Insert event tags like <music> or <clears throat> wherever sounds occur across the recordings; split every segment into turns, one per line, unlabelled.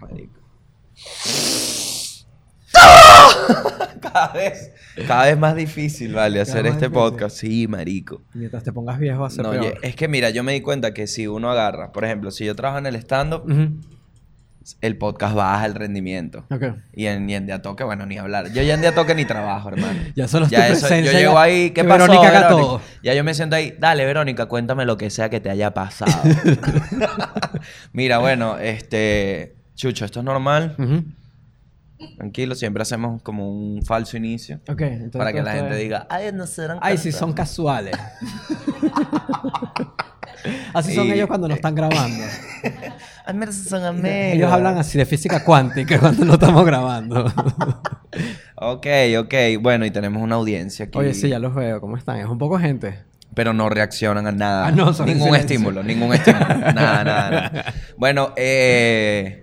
Marico. ¡Ah! <laughs> cada, vez, cada vez más difícil, vale,
Cada
hacer
más
este
difícil.
podcast. Sí, marico.
Mientras te pongas viejo va a ser
No,
peor.
oye, es que mira, yo me di cuenta que si uno agarra, por ejemplo, si yo trabajo en el stand-up,
Ujú.
el podcast baja el rendimiento.
Ok.
Y en, y en De A Toque, bueno, ni hablar. Yo ya en De A Toque ni trabajo, hermano.
<laughs> Ya solo es tu
eso-
presencia,
Yo llego
ya,
ahí, ¿qué
que
pasó,
Verónica haga
Verónica?
todo.
Ya yo me siento ahí, dale, Verónica, cuéntame lo que sea que te haya
<laughs>
pasado. <laughs> Mira, bueno, este... Chucho, esto es normal.
Ujú.
Tranquilo, siempre hacemos como un falso inicio.
Ok, entonces
para que
todo
la
está
gente
bien.
diga, ay, no serán
Ay, sí, son casuales.
<laughs>
así son
Y-
ellos cuando no están grabando.
Ay, mira, si son
ellos
amigos.
hablan así de física cuántica cuando no estamos grabando.
Ok, ok. Bueno, y tenemos una audiencia aquí.
<laughs> Oye, sí, ya los veo. ¿Cómo están? Es un poco gente.
pero no reaccionan a nada.
Ah, no, son
ningún
silencio.
estímulo, ningún
<laughs>
estímulo. nada, nada, nada. Bueno, eh,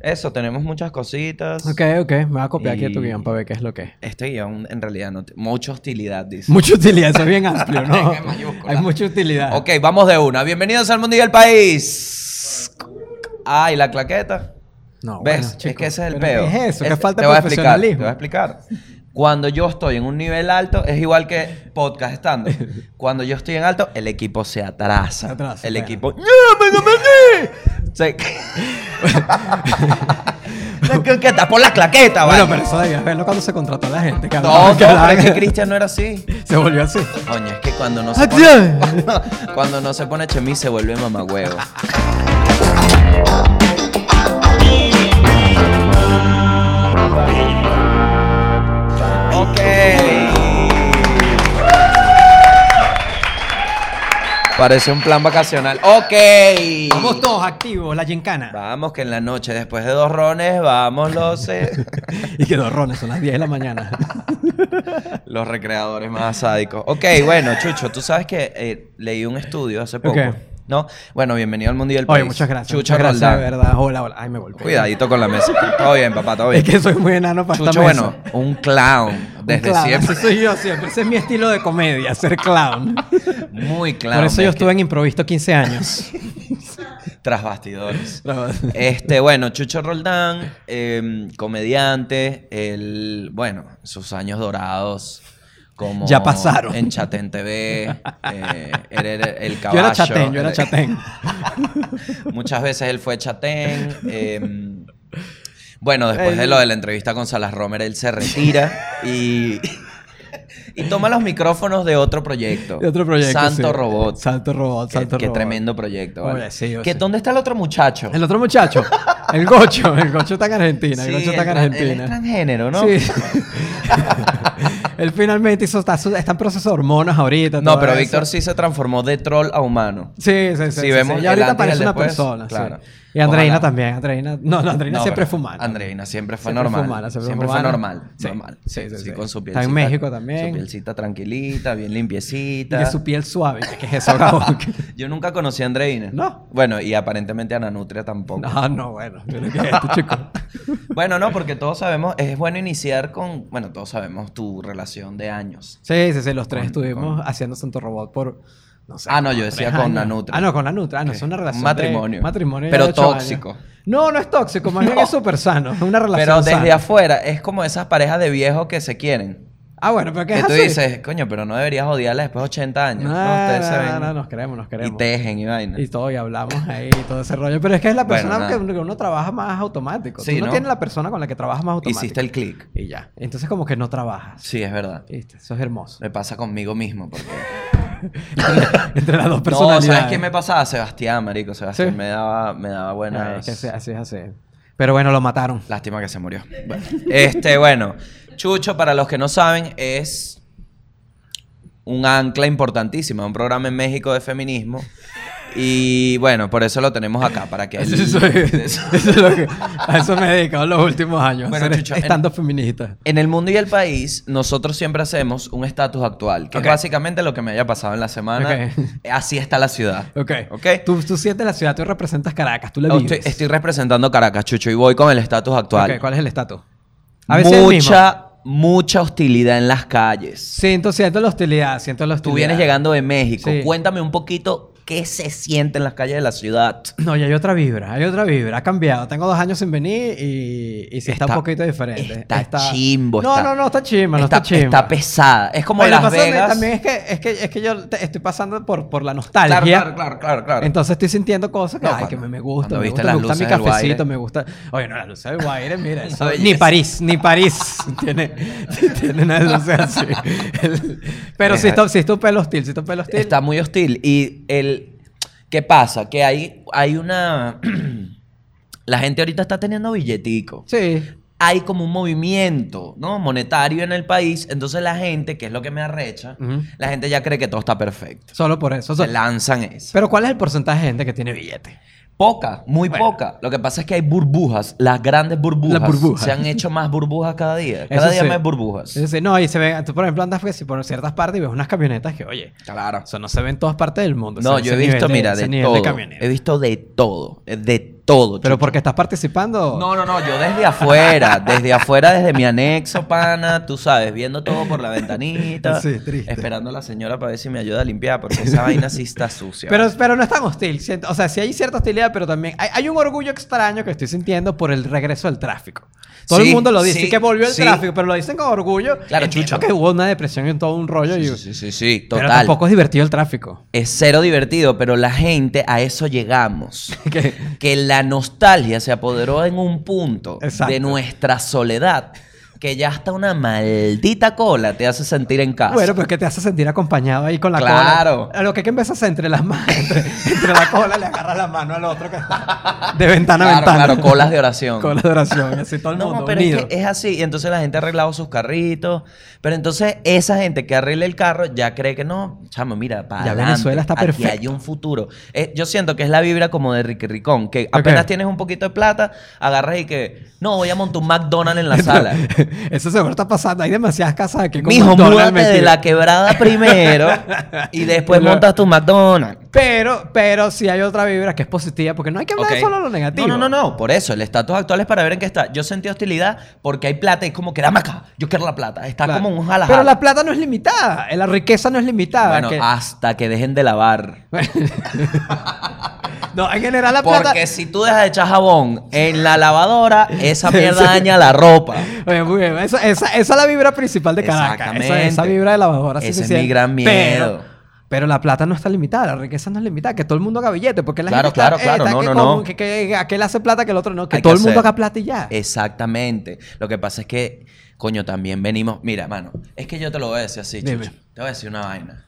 eso, tenemos muchas cositas.
Ok, ok. Me voy a copiar aquí
Y-
tu guión para ver qué es lo que es.
Este guión, en realidad, no te- mucha hostilidad, dice.
Mucha utilidad. Eso es bien amplio,
<laughs>
¿no?
En mayúscula.
Hay mucha utilidad.
ok, vamos de una. Bienvenidos al Mundo y al País. Ah, y la claqueta.
No,
¿Ves?
bueno,
es
chicos,
que ese es el
pero
peo.
¿qué es eso? ¿Qué
Es-
falta
te
de
voy a explicar, Te voy a
profesionalismo?
explicar. Cuando yo estoy en un nivel alto, es igual que podcast
<laughs>
estando. Cuando yo estoy en alto, el equipo se atrasa.
Se atrasa,
el
claro.
equipo. ¡No, venga,
<laughs>
venga! Se- <laughs> La claqueta, pon la claqueta,
Bueno,
Ah, vale.
pero eso debías verlo cuando se contrató a la gente. Que
No,
hablaba-
no,
<laughs> que
pero
hablaba-
es que Cristian no era así.
Se volvió así.
Coño, es que cuando no se pone.
¡Acción!
<laughs> cuando no se pone chemis se vuelve mamagüevo. ok. Parece un plan vacacional. Ok.
Vamos todos activos, la gincana.
Vamos, que en la noche después de dos rones, vamos los, eh,
Y quedó rones, son las 10 de la mañana.
los recreadores más sádicos. Ok, bueno, Chucho, tú sabes que eh, leí un estudio hace poco.
Ok.
¿No? Bueno, bienvenido al Mundial del
Oye,
País.
muchas gracias.
Chucho
muchas gracias,
Roldán.
de verdad. Hola, hola. Ay, me golpeé.
Cuidadito con la mesa. Todo bien, papá, todo bien.
Es que soy muy enano para
Chucho,
esta mesa.
bueno, un clown
Un
desde
clown,
siempre.
Ese soy yo siempre. Ese es mi estilo de comedia, ser clown.
Muy clown.
Por eso yo
es que-
estuve en improvisto 15 años.
Tras bastidores.
Bravo.
Este, bueno, Chucho Roldán, eh, comediante, el, bueno, sus años dorados como...
Ya pasaron.
En Chatén TV, eh, era el, el
yo
caballo.
era chatén, yo era
el- <laughs>
chatén.
Muchas veces él fue chatén. eh, bueno, después de lo de la entrevista con Salas Romer, él se retira y, y toma los micrófonos de otro proyecto.
De otro proyecto.
Santo
sí.
Robot.
Santo Robot,
Qué,
Santo
qué
Robot.
tremendo proyecto. ¿vale?
Oye, sí, yo
¿Que
sé.
¿Dónde está el otro muchacho?
El otro muchacho, el gocho, el gocho está en Argentina, el
Sí,
gocho está en
el tra-
Argentina.
él es transgénero, ¿no?
Sí. <laughs> Él finalmente hizo, está, está en proceso de hormonas ahorita.
<laughs> No,
todo
pero
eso.
Víctor sí se transformó de troll a humano.
Sí, sí, sí. sí,
vemos
sí.
el
Ya ahorita
antes y
parece
el
una
después,
persona. sí.
claro.
Y Andreina
Ojalá.
también. Andreina, no, no, Andreina
No,
siempre
pero
fumada.
Andreina siempre fue
Siempre
normal.
fue humana, siempre
siempre,
fue
fue
humana.
normal.
Sí.
normal.
Sí, sí, sí.
con su pielcita.
Está en México también.
Su pielcita tranquilita, bien limpiecita.
Y su piel suave. ¿Qué es
<laughs>
eso, Gabo?
Yo nunca conocí a Andreina.
No.
Bueno, y aparentemente a Nanutria tampoco.
no, no, bueno. Yo creo que es este chico.
Bueno, no, porque todos sabemos, es bueno iniciar con, bueno, todos sabemos tu relación de años.
Sí, sí, sí. Los tres
Con-
estuvimos haciendo Santo Robot por. No sé.
Ah, no,
como
yo decía
tres
con
años.
Nanutra.
Ah, no, con Nanutra. Ah, no,
Ok.
es una relación.
Un matrimonio.
de- matrimonio. ya
Pero
de ocho
tóxico.
años. No, no es tóxico. Más bien
No.
es súper sano. Es una relación.
Pero desde
sana.
afuera es como esas parejas de viejos que se quieren.
Ah, bueno, pero ¿qué
Que
es
tú
así?
dices, coño, pero no deberías odiarla después de 80 años.
No,
¿no? Ustedes se
Ah, no,
ven
no, nos queremos, nos
y
queremos.
tejen y vaina.
Y todo, y hablamos ahí, y todo ese rollo. Pero es que es la
Bueno,
persona
nada.
que que uno trabaja más automático.
Sí,
Tú no,
¿no?
tienes la persona con la que trabajas más automático.
Hiciste el click.
Y ya. Entonces como que no trabajas.
Sí, es verdad.
¿Viste? Eso es hermoso.
<laughs> Me pasa conmigo mismo
<laughs>
porque...
Entre las dos
No,
personalidades.
¿sabes qué me pasaba? Sebastián, marico. Sebastián
eh. Sí.
me daba, me daba
Ay, es
buenas...
que así- así es así. Pero bueno, lo mataron.
Lástima que se murió. Bueno, este, bueno, Chucho, para los que no saben, es un ancla importantísima, un programa en México de feminismo. Y bueno, por eso lo tenemos acá, para
<laughs>
que... él-
Eso, soy- eso es lo que, a eso me he dedicado los últimos años.
Bueno,
Bueno, <laughs>
Chucho, en-
estando feminista.
<laughs> En el mundo y el país, nosotros siempre hacemos un estatus actual, que
Ok.
es básicamente lo que me haya pasado en la semana. Así está la ciudad.
Ok.
Ok.
Tú, tú sientes la ciudad, tú representas Caracas, tú la
No,
vives.
Estoy, estoy representando Caracas, Chucho, y voy con el estatus actual.
Ok, ¿cuál es el estatus?
mucha, mucha hostilidad en las calles.
Siento, siento la hostilidad, siento la hostilidad.
Tú vienes llegando de México.
Sí.
Cuéntame un poquito qué se siente en las calles de la ciudad.
No, ya hay otra vibra, hay otra vibra. Ha cambiado. Tengo dos años sin venir y, y sí está,
Está-
un poquito diferente.
está chimbo,
No,
está-
no, no, está chimba, no
Está,
está chimba.
está pesada. Es como
Oye, lo que
Las
pasa es que
Vegas.
También es que, es que, es que yo te- estoy pasando por, por la nostalgia.
Claro, claro, claro, claro, claro.
Entonces estoy sintiendo cosas que,
No,
ay,
cuando-
que me, me gusta,
cuando
me
viste
gusta, me
las
gusta mi
luces del
cafecito,
Guaire.
me gusta... Oye, no, la luz del Guaire,
<laughs>
mira, eso-
belleza.
ni París,
<laughs>
ni París tiene, tiene una luz así. El- Pero si
Deja-
está, si está un pelo hostil, si está un pelo hostil...
Está muy hostil. Y el. ¿Qué pasa? Que hay, hay una. <clears throat> la gente ahorita está teniendo billetico.
Sí.
Hay como un movimiento, ¿no? Monetario en el país. Entonces la gente, que es lo que me arrecha,
Ujú.
la gente ya cree que todo está perfecto.
Solo por eso.
Se
solo-
lanzan eso.
Pero ¿cuál es el porcentaje de gente que tiene billete?
Poca, muy
Bueno.
poca. Lo que pasa es que hay burbujas, las grandes burbujas.
Las burbujas.
Se han hecho más burbujas cada día.
Eso
Cada día
sí.
más burbujas.
Es decir, no, y se ven, tú por ejemplo andas pues, por ciertas partes y ves unas camionetas que, oye,
Claro.
eso no se ve en todas partes del mundo.
No,
ese-
yo he
ese
visto,
nivel
mira,
ese
de
nivel
todo.
camionetas.
he visto de todo. eh, De todo.
Pero
chico.
porque estás participando...
No, no, no, yo desde afuera, desde afuera, desde mi anexo, pana, tú sabes, viendo todo por la ventanita,
<laughs> Sí, triste.
esperando a la señora para ver si me ayuda a limpiar, porque esa vaina sí está sucia.
Pero, pero no es tan hostil. siento- O sea, sí hay cierta hostilidad, pero también hay, hay un orgullo extraño que estoy sintiendo por el regreso del tráfico. Todo
Sí,
el mundo lo dice
sí,
que volvió el
sí.
tráfico, pero lo dicen con orgullo.
Claro,
Entiendo
Chucho.
que hubo una depresión y todo un rollo. y-
sí, sí, sí, sí,
Pero
total.
tampoco es divertido el tráfico.
Es cero divertido, pero la gente, a eso llegamos.
<laughs> Que-
Que la nostalgia se apoderó en un punto
Exacto.
de nuestra soledad, que ya hasta una maldita cola te hace sentir en casa.
Bueno, pero que te hace sentir acompañado ahí con la cola.
Claro.
A lo que, que empiezas a entre las manos, <laughs> entre, entre la cola le agarras la mano al otro que está de ventana a
Claro,
ventana.
claro, colas de
<laughs>
oración.
Cola de oración, y así todo el
No,
mundo
pero
unido.
es que es así. Y entonces la gente ha arreglado sus carritos. Pero entonces esa gente que arregla el carro ya cree que no, chamo, mira, para
Ya
adelante,
Venezuela está
Aquí hay
perfecto.
un futuro. Eh, yo siento que es la vibra como de Ricky Ricón, que apenas
Ok.
tienes un poquito de plata, agarras y que, no, voy a montar un McDonald's en la sala.
<laughs> Eso seguro está pasando. Hay demasiadas casas aquí con
Mijo,
McDonald's
múdate de
metido.
la quebrada primero
<laughs>
y después
Lo-
montas tu McDonald's.
Pero, pero si hay otra vibra que es positiva, porque no hay que hablar
Ok.
solo de lo negativo.
No, no, no, no. Por eso, el estatus actual es para ver en qué está. Yo sentí hostilidad porque hay plata y es como que dame acá. Yo quiero la plata. Está
Claro.
como un jala
Pero la plata no es limitada, eh, la riqueza no es limitada.
Bueno, ah.
que-
hasta que dejen de lavar.
<laughs> no, en general la plata.
Porque si tú dejas de echar jabón en la lavadora, esa
Sí,
mierda
sí.
daña la ropa.
Oye, muy bien. Esa, esa- esa es la vibra principal de Caracas. Esa,
Exactamente.
esa vibra de lavadora. sí
Ese
se
es
siente.
mi gran miedo.
Pero, pero la plata no está limitada, la riqueza no es limitada. Que todo el mundo haga billete. Porque la
Claro,
gente está-
claro, claro.
está
No,
que
no,
con-
no.
Que, que aquel hace plata que el otro no. Que
Hay
todo
que
el mundo
hacer. Eh,
haga plata y ya.
Exactamente. Lo que pasa es que, coño, también venimos. Mira, mano, es que yo te lo voy a decir así,
Dime.
Chucho. Te voy a decir una vaina.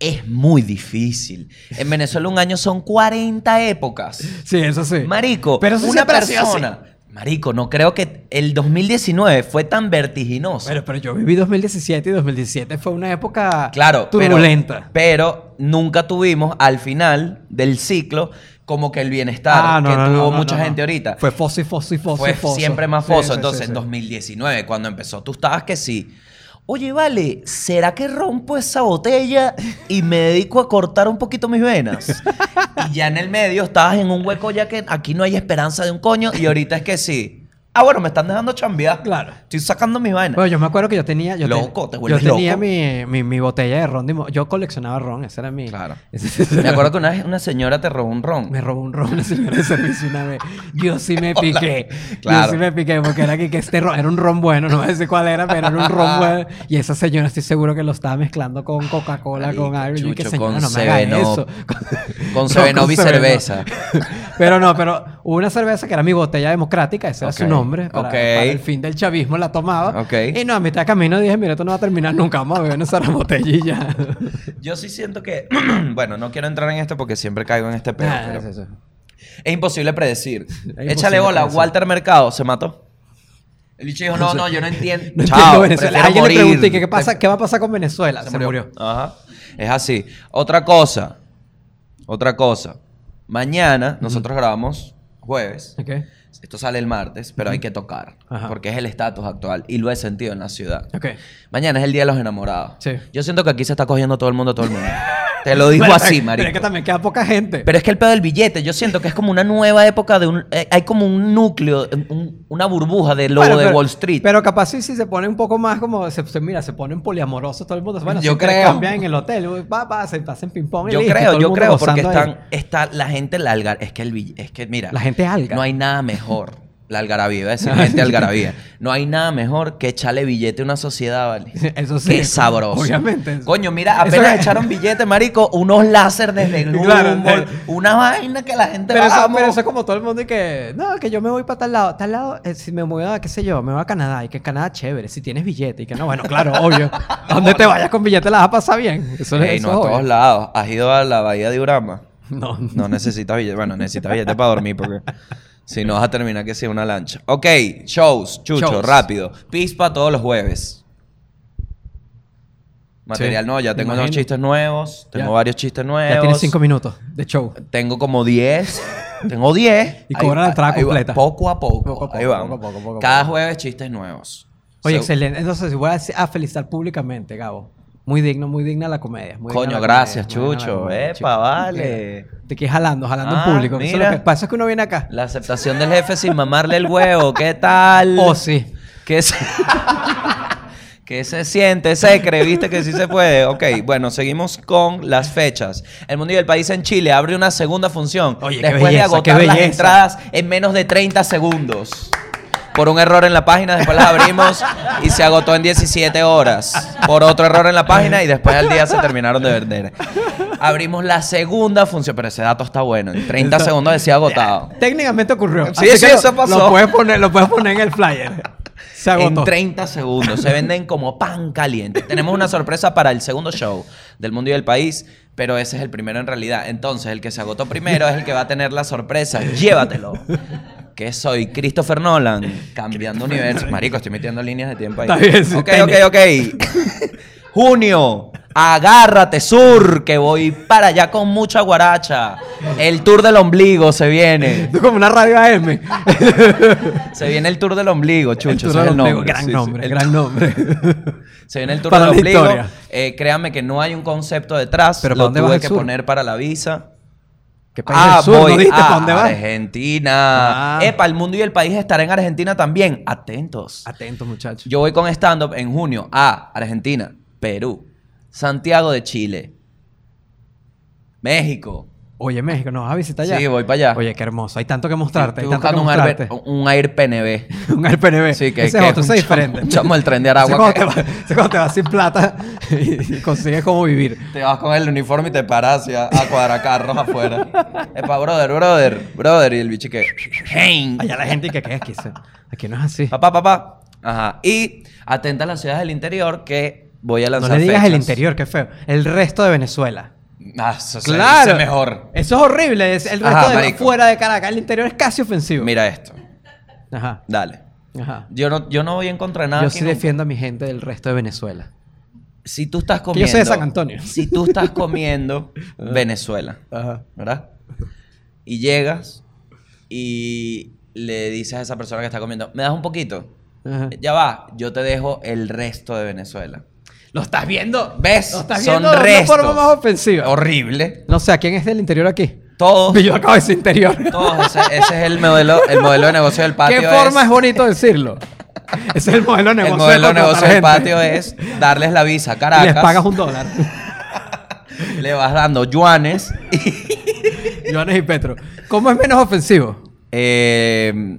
Es muy difícil. En Venezuela un año son 40 épocas.
Sí, eso sí.
Marico,
Pero eso
una
siempre ha sido así.
persona. Marico, no creo que el 2019 fue tan vertiginoso.
Bueno, pero yo viví 2017 y 2017 fue una época
Claro, pero-
turbulenta.
Pero, nunca tuvimos al final del ciclo como que el bienestar que tuvo mucha
Ah, no, no.
gente ahorita.
Fue foso y foso y foso.
Fue
y foso.
siempre más
Sí,
foso.
sí, sí,
Entonces,
sí.
en 2019, cuando empezó, tú estabas que sí. Oye, vale, ¿será que rompo esa botella y me dedico a cortar un poquito mis venas? y ya en el medio estabas en un hueco ya que aquí no hay esperanza de un coño y ahorita es que sí. Ah, bueno, me están dejando chambear.
Claro.
Estoy sacando mis vainas.
Bueno, yo me acuerdo que yo tenía. Yo ten-
Loco, te
Yo
vuelves
tenía
loco.
mi, mi, mi botella de ron. de mo- Yo coleccionaba ron, ese era mi. <laughs>
Claro. Me acuerdo que una vez una señora te robó un ron.
Me robó un ron <laughs> una señora de servicio una vez. Yo sí me piqué. Yo
Claro.
sí me piqué porque era que, que este ron era un ron bueno. No sé cuál era, pero era
<laughs>
un ron bueno. Y esa señora estoy seguro que lo estaba mezclando con Coca-Cola, con
Marico,
algo. Y yo dije,
chucho,
señora,
con
no me haga
7up.
eso. <laughs>
Con
Seven
7up y
Up.
cerveza.
<laughs> pero no, pero hubo una cerveza que era mi botella democrática. Ese era
Ok,
su nombre. Para,
ok.
para el fin del chavismo la tomaba.
Ok.
Y no, a mitad de camino dije, mira, esto no va a terminar nunca. Vamos a beber nuestra botella y ya. <laughs>
Yo sí siento que. <clears throat> bueno, no quiero entrar en esto porque siempre caigo en este pedo.
Nada,
pero
es eso.
Es imposible predecir.
imposible
Échale bola,
predecir.
Walter Mercado se mató. El bicho dijo, no, no, yo no
<laughs>
entiendo.
No
Chao,
entiendo Venezuela.
prefiero
Alguien le
morir.
preguntó, ¿y qué, qué pasa, ¿qué va a pasar con Venezuela? Se, murió.
Ajá. Es así. Otra cosa. Otra cosa. Mañana nosotros grabamos jueves.
Ok.
Esto sale el martes, pero hay que tocar.
Ajá.
Porque es el estatus actual y lo he sentido en la ciudad.
Ok.
Mañana es el Día de los Enamorados.
Sí. <laughs>
Yo siento que aquí se está cogiendo todo el mundo, todo el mundo. Te lo dijo
Pero-
así,
Pero
marico.
es que también queda poca gente.
Pero es que el pedo del billete, yo siento que es como una nueva época de un. eh, hay como un núcleo, un- una burbuja de lobo
Bueno,
de
pero-
Wall Street.
Pero capaz sí, sí se pone un poco más como. Se, se- mira, se ponen poliamorosos todo el mundo. Bueno,
Yo
se
creo.
intercambian en el hotel. uy, Va, va, se hacen ping-pong. y
yo
listo, todo
creo,
el
yo
mundo
creo, porque
gozando ahí.
están, está la gente la algar- Es que el bill- es que mira,
La gente alga.
no hay nada mejor. La algarabía,
<laughs>
iba a decir gente algarabía. No hay nada mejor que echarle billete a una sociedad, ¿vale?
<laughs> Eso sí.
Qué sabroso.
Obviamente. eso.
Coño, mira,
Eso
apenas
es-
echaron billete, marico, unos láser
<laughs>
desde el
Claro,
Humboldt,
de-
una vaina que la gente
Pero eso,
vamos.
pero eso es como todo el mundo y que, no, que yo me voy para tal lado. Tal lado, eh, si me voy a, qué sé yo, me voy a Canadá y que en Canadá chévere, si tienes billete y que no,
<laughs>
bueno, claro, obvio. A donde te vayas con billete la vas a pasar bien. Eso es-
Ey,
eso
no, a
es obvio.
todos lados. Has ido a la bahía de Urama.
No,
No necesitas billete. Bueno, necesitas billete para dormir porque si no vas a terminar que sea una lancha. Ok, shows, chucho,
Shows.
rápido. Pispa todos los jueves. Material
Sí,
nuevo, ya
me
tengo unos
imagino.
chistes nuevos. Tengo
Ya.
varios chistes nuevos.
ya tienes cinco minutos de show.
Tengo como 10. Tengo 10.
<laughs> Y cobra la
Ahí-
entrada
ahí va,
completa.
Poco a poco.
Poco a poco,
ahí vamos.
poco a poco, poco a
Cada
poco.
jueves chistes nuevos.
Oye,
Se-
excelente. Entonces, voy a, decir- a felicitar públicamente, Gabo. Muy digno, muy digna la comedia. muy digna
Coño,
la
gracias,
comedia, muy digna la
Chucho.
comedia,
Epa,
chico.
vale.
Mira, Te quedas jalando, jalando
Ah,
en público. Eso es
mira.
lo que pasa es que uno viene acá.
La aceptación del jefe sin mamarle el huevo. ¿Qué tal?
Oh, sí.
¿Qué <laughs> se, ¿Qué se siente? Secre, viste que sí se puede. Ok, bueno, seguimos con las fechas. El Mundo y el País en Chile abre una segunda función.
Oye, qué
después de
belleza,
agotar
qué
las
belleza.
entradas en menos de 30 segundos. Por un error en la página, después las abrimos y se agotó en 17 horas. Por otro error en la página y después al día se terminaron de vender. Abrimos la segunda función, pero ese dato está bueno. En 30
Eso-
segundos decía agotado.
Técnicamente ocurrió.
Sí,
Así
sí,
que lo-
eso pasó.
Lo puedes poner, lo puedes poner en el flyer. Se agotó.
En 30 segundos. Se venden como pan caliente. Tenemos una sorpresa para el segundo show del mundo y del país, pero ese es el primero en realidad. Entonces, el que se agotó primero es el que va a tener la sorpresa. Llévatelo. Que soy Christopher Nolan, cambiando universo. Marico, estoy metiendo líneas de tiempo ahí.
Está bien, sí,
ok, ok,
técnico.
ok. Junio, agárrate sur, que voy para allá con mucha guaracha. El tour del ombligo se viene.
Tú como una radio <laughs> AM.
Se viene el tour del ombligo, chucho.
El tour
ese es
del
el
ombligo.
nombre.
Gran
Sí, sí.
nombre,
El
gran
<laughs>
nombre.
Se viene el tour
Para
del
la
ombligo.
historia.
Eh, créanme que no hay un concepto detrás.
Pero
lo
¿para dónde
tuve
vas al
que
sur?
poner para la visa. Ah,
¿Qué país del sur? ¿No diste para dónde vas?
Argentina.
Ah.
Epa, el mundo y el país estará en Argentina también. Atentos.
Atentos, muchachos.
Yo voy con stand-up en junio a Argentina, Perú, Santiago de Chile, México.
Oye, México, ¿nos vas a visitar ya?
Sí, voy para allá.
Oye, qué hermoso. Hay tanto que mostrarte.
Estoy
hay tanto
buscando
que
un
mostrarte.
Air, un Air PNB.
<laughs> un RPNB.
Sí, que,
ese
que
es otro,
un
ese es
chamo-
diferente.
un chamo del tren de
<laughs> Ese es
Aragua.
cuando
que-
te va- ese es cuando te vas sin plata <laughs> y, y consigues cómo vivir.
Te vas con el uniforme y te paras y a, a cuadrar carros afuera.
<laughs>
Epa, brother, brother, brother. Y el bicho que. "Hey".
Allá la gente que, que es que eso- aquí no es así.
Papá, papá. Ajá. Y atenta a las ciudades del interior que voy a
No
lanzar.
le digas el
fechas.
interior, qué feo. El resto de Venezuela.
Ah, eso se
Claro.
dice mejor.
Eso es horrible. es- el resto
Ajá,
de
marico.
fuera de Caracas, el interior es casi ofensivo.
Mira esto.
Ajá.
Dale.
Ajá.
Yo no, yo no voy en contra de nada.
Yo
aquí
sí
nunca.
defiendo a mi gente del resto de Venezuela.
Si tú estás
Que yo
comiendo.
soy de San Antonio. Ah.
Si tú estás
<laughs>
comiendo Venezuela,
Ajá.
¿verdad? Y llegas y le dices a esa persona que está comiendo, ¿me das un poquito?
Ajá.
Ya va, yo te dejo el resto de Venezuela.
Lo estás viendo.
¿Ves?
Lo estás
Son
viendo de una
restos.
forma más ofensiva.
Horrible.
No sé, ¿a quién es del interior aquí?
Todos.
<laughs> Yo acabo de decir interior.
Todos. Ese, ese es el modelo, el modelo de negocio del patio.
¿Qué forma es,
es <laughs>
bonito decirlo? Ese es el modelo de negocio.
El modelo de
contratar
negocio del
gente.
patio es darles la visa a
Y
Caracas.
Les pagas
<laughs>
un dólar.
Le vas dando yuanes. y-
Joanes y Petro. ¿Cómo es menos ofensivo?
eh,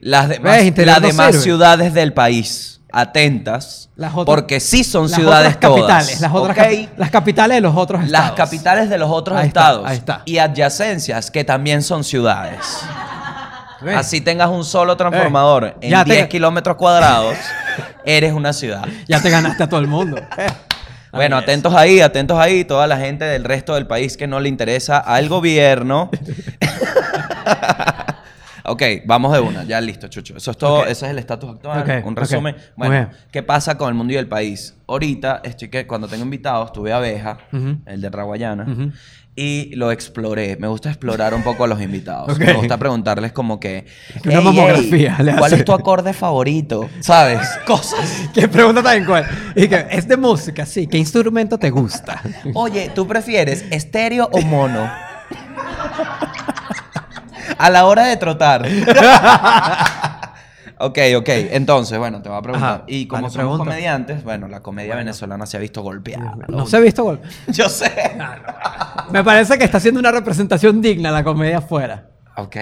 las demás,
¿Ves? Interior
las
no
demás
sirve.
ciudades del país. Atentas.
Las otras-
porque sí son
Las
ciudades
otras capitales.
todas,
Las otras
¿ok?
capi- las capitales de los otros estados.
Las capitales de los otros
Ahí está,
estados.
ahí está.
Y adyacencias que también son ciudades.
¿Ves?
Así tengas un solo transformador
Eh,
en
ya te-
10 kilómetros cuadrados, eres una ciudad.
Ya te ganaste a todo el mundo.
<laughs>
<laughs>
Bueno, atentos ahí, atentos ahí, toda la gente del
<laughs>
resto del país que no le interesa al gobierno. Ok, vamos de una. Ya listo, Chucho. Eso es todo.
Ok.
Ese es el estatus actual.
Ok,
Un
ok.
resumen.
Muy
Bueno,
bien.
¿qué pasa con el mundo y el país? Ahorita, estoy que cuando tengo invitados, tuve abeja,
Ujú.
el de Raguayana,
Ujú.
y lo exploré. Me gusta explorar un poco a los invitados.
Ok.
Me gusta preguntarles como que...
Una mamografía le
¿Cuál
hace.
es tu acorde favorito?
<laughs>
¿Sabes? Cosas.
¿Qué pregunta tan cual? Y que, es de música, sí. ¿Qué instrumento te gusta?
Oye, ¿tú prefieres estéreo o mono? A la hora de trotar. ok, ok. Entonces, bueno, te voy a preguntar.
Ajá,
y como
vale,
somos
pregunta.
comediantes, bueno, la comedia venezolana se ha visto golpeada.
No se ha visto gol.
Yo sé.
Me parece que está haciendo una representación digna la comedia afuera.
Ok.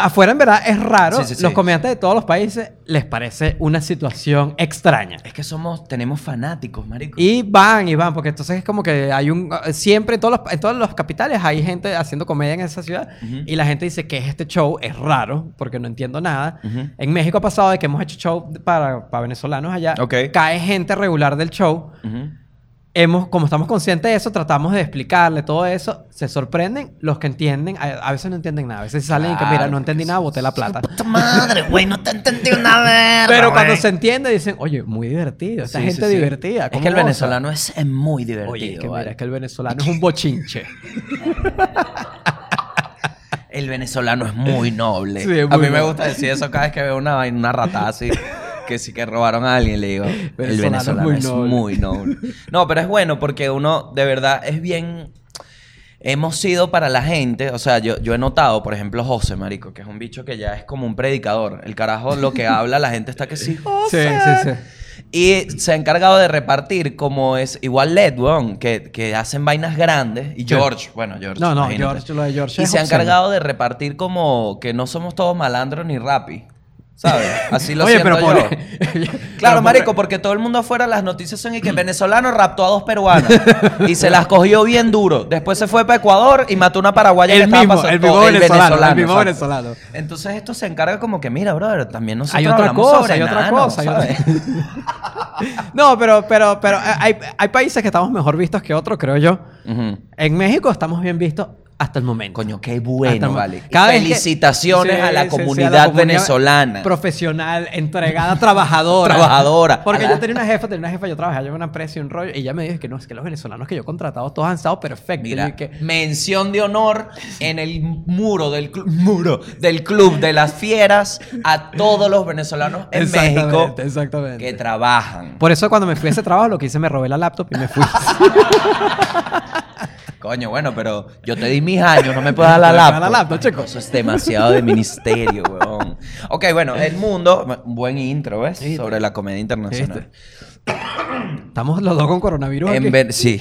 Afuera, en verdad, es raro.
Sí, sí, sí.
Los comediantes de todos los países les parece una situación extraña.
Es que somos, tenemos fanáticos, marico.
Y van y van, porque entonces es como que hay un. Siempre en todos los, en todos los capitales hay gente haciendo comedia en esa ciudad.
Ujú.
Y la gente dice que es este show, es raro, porque no entiendo nada.
Ujú.
En México ha pasado de que hemos hecho show para, para venezolanos allá.
Ok.
Cae gente regular del show.
Ujú.
Hemos, como estamos conscientes de eso, tratamos de explicarle todo eso. Se sorprenden los que entienden. A, a veces no entienden nada. A veces salen y que, mira,
Claro,
no entendí
porque
nada, boté la plata.
Puta madre, güey, no te entendí una vez.
Pero cuando se entiende, dicen, oye, muy divertido. Esta
Sí,
gente
sí, sí.
divertida.
Es
¿cómo
que el
goza?"
venezolano es, es muy divertido.
Oye, es que
¿vale?
mira, es que el venezolano es
<laughs>
un bochinche.
El venezolano es muy noble.
<laughs> Sí, es muy
a mí me
noble.
gusta decir eso cada vez que veo una, vaina, una rata así.
<laughs>
Que sí que robaron a alguien, le digo. el
Venezolano
venezolano
es
es muy
muy
noble. No, pero es bueno porque uno de verdad es bien. Hemos sido para la gente, o sea, yo, yo he notado, por ejemplo, José, marico, que es un bicho que ya es como un predicador. El carajo, lo
<laughs>
que habla, la gente está que sí,
Sí,
José.
sí, sí.
Y se ha encargado de repartir como es igual Led, weón, que, que hacen vainas grandes. Y George, bueno, George.
No, no,
imagínate.
George, lo de George
Y
es
se ha
obsceno.
encargado de repartir como que no somos todos malandros ni rapi. ¿Sabes? Así lo
<laughs> Oye,
siento
pero
yo.
pobre-
<laughs> Claro,
pero
marico,
pobre-
porque todo el mundo afuera las noticias son y que el venezolano raptó a dos peruanas y se las cogió bien duro. Después se fue para Ecuador y mató una paraguaya que
El
estaba
mismo,
pasando-
el mismo venezolano, el mismo
exacto.
venezolano.
Entonces esto se encarga como que, mira, brother, también nosotros
Hay otra
hablamos
cosa,
sobre
hay otra
enanos,
cosa, hay otra-
¿sabes?
No, pero, pero, pero eh, hay, hay países que estamos mejor vistos que otros, creo yo.
Ujú.
En México estamos bien vistos hasta el momento.
Coño, qué
Hasta el
bueno,
mo-
vale.
Cada vez que-
Felicitaciones
Sí,
a la
sí, sí,
comunidad
comunidad
venezolana.
Profesional, entregada, trabajadora.
Trabajadora.
Porque
A la-
yo tenía una jefa, tenía una jefa, yo trabajaba, yo me una presa y un rollo. Y ella me dijo que no, es que los venezolanos que yo he contratado todos han estado perfectos. Y yo
Mira,
dije,
mención de honor
<laughs>
en el muro del club, muro del club de las fieras a todos los venezolanos en
exactamente,
México
exactamente.
que trabajan.
Por eso cuando me fui a ese trabajo, lo que hice, me robé la laptop y
<laughs>
me fui.
Coño, bueno, pero yo te di mis años, no me puedes dar la
No me puedes
laptop.
dar la laptop, chico.
Eso es demasiado de
<laughs>
ministerio, weón. Ok, bueno, el mundo, un buen intro, ¿ves?
Sí,
Sobre la comedia internacional.
Estamos los dos con coronavirus.
En
aquí.
ver- sí,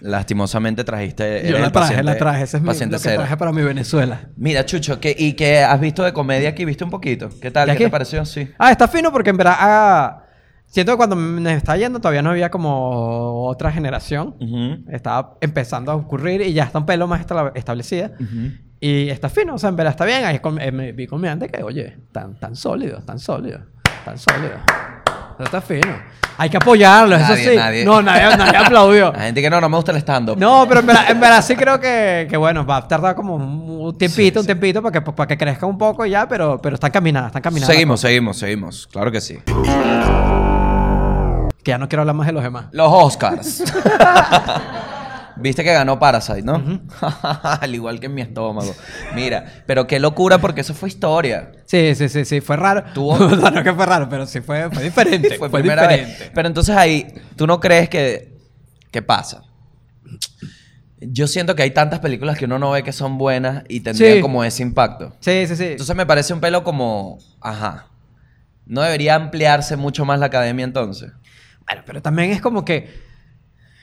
lastimosamente trajiste.
yo
eres
la
el
traje,
paciente-
la traje. Ese es mi,
paciente
lo que
cero.
traje para mi Venezuela.
Mira, Chucho, ¿qué, ¿y qué has visto de comedia aquí? ¿Viste un poquito? ¿Qué tal?
¿De
¿Qué te
aquí?
pareció? Sí.
Ah, está fino porque en verdad. ah, siento que cuando me está yendo todavía no había como otra generación.
Ujú.
Estaba empezando a ocurrir y ya está un pelo más estra- establecida.
Ujú.
Y está fino, o sea, en verdad está bien. Ahí com- eh, me vi con mi ante que, oye, tan, tan sólido, tan sólido, tan sólido. Eso está fino. Hay que apoyarlo,
Nadie,
eso sí.
nadie.
No, nadie,
<laughs>
nadie aplaudió.
La gente que no, no me gusta el stand-up.
No, pero en verdad, en verdad sí creo que, que, bueno, va a tardar como un tiempito, un tiempito para que, pues, para que crezca un poco ya, pero, pero están caminando, están caminando.
seguimos, seguimos, seguimos. Claro que sí.
Que ya no quiero hablar más de los demás.
Los
<laughs>
Oscars. Viste que ganó Parasite, ¿no? <laughs> Al igual que en mi estómago. Mira, pero qué locura porque eso fue historia.
Sí, sí, sí, sí, fue raro.
Tuvo-
O sea, <laughs> no que fue raro, pero sí fue, fue diferente.
<laughs> Fue,
fue
primera vez.
diferente.
Pero entonces ahí, ¿tú no crees que, que pasa? Yo siento que hay tantas películas que uno no ve que son buenas y tendrían
Sí.
como ese impacto.
Sí, sí, sí.
Entonces me parece un pelo como, ajá. ¿No debería ampliarse mucho más la academia entonces?
Bueno, pero también es como que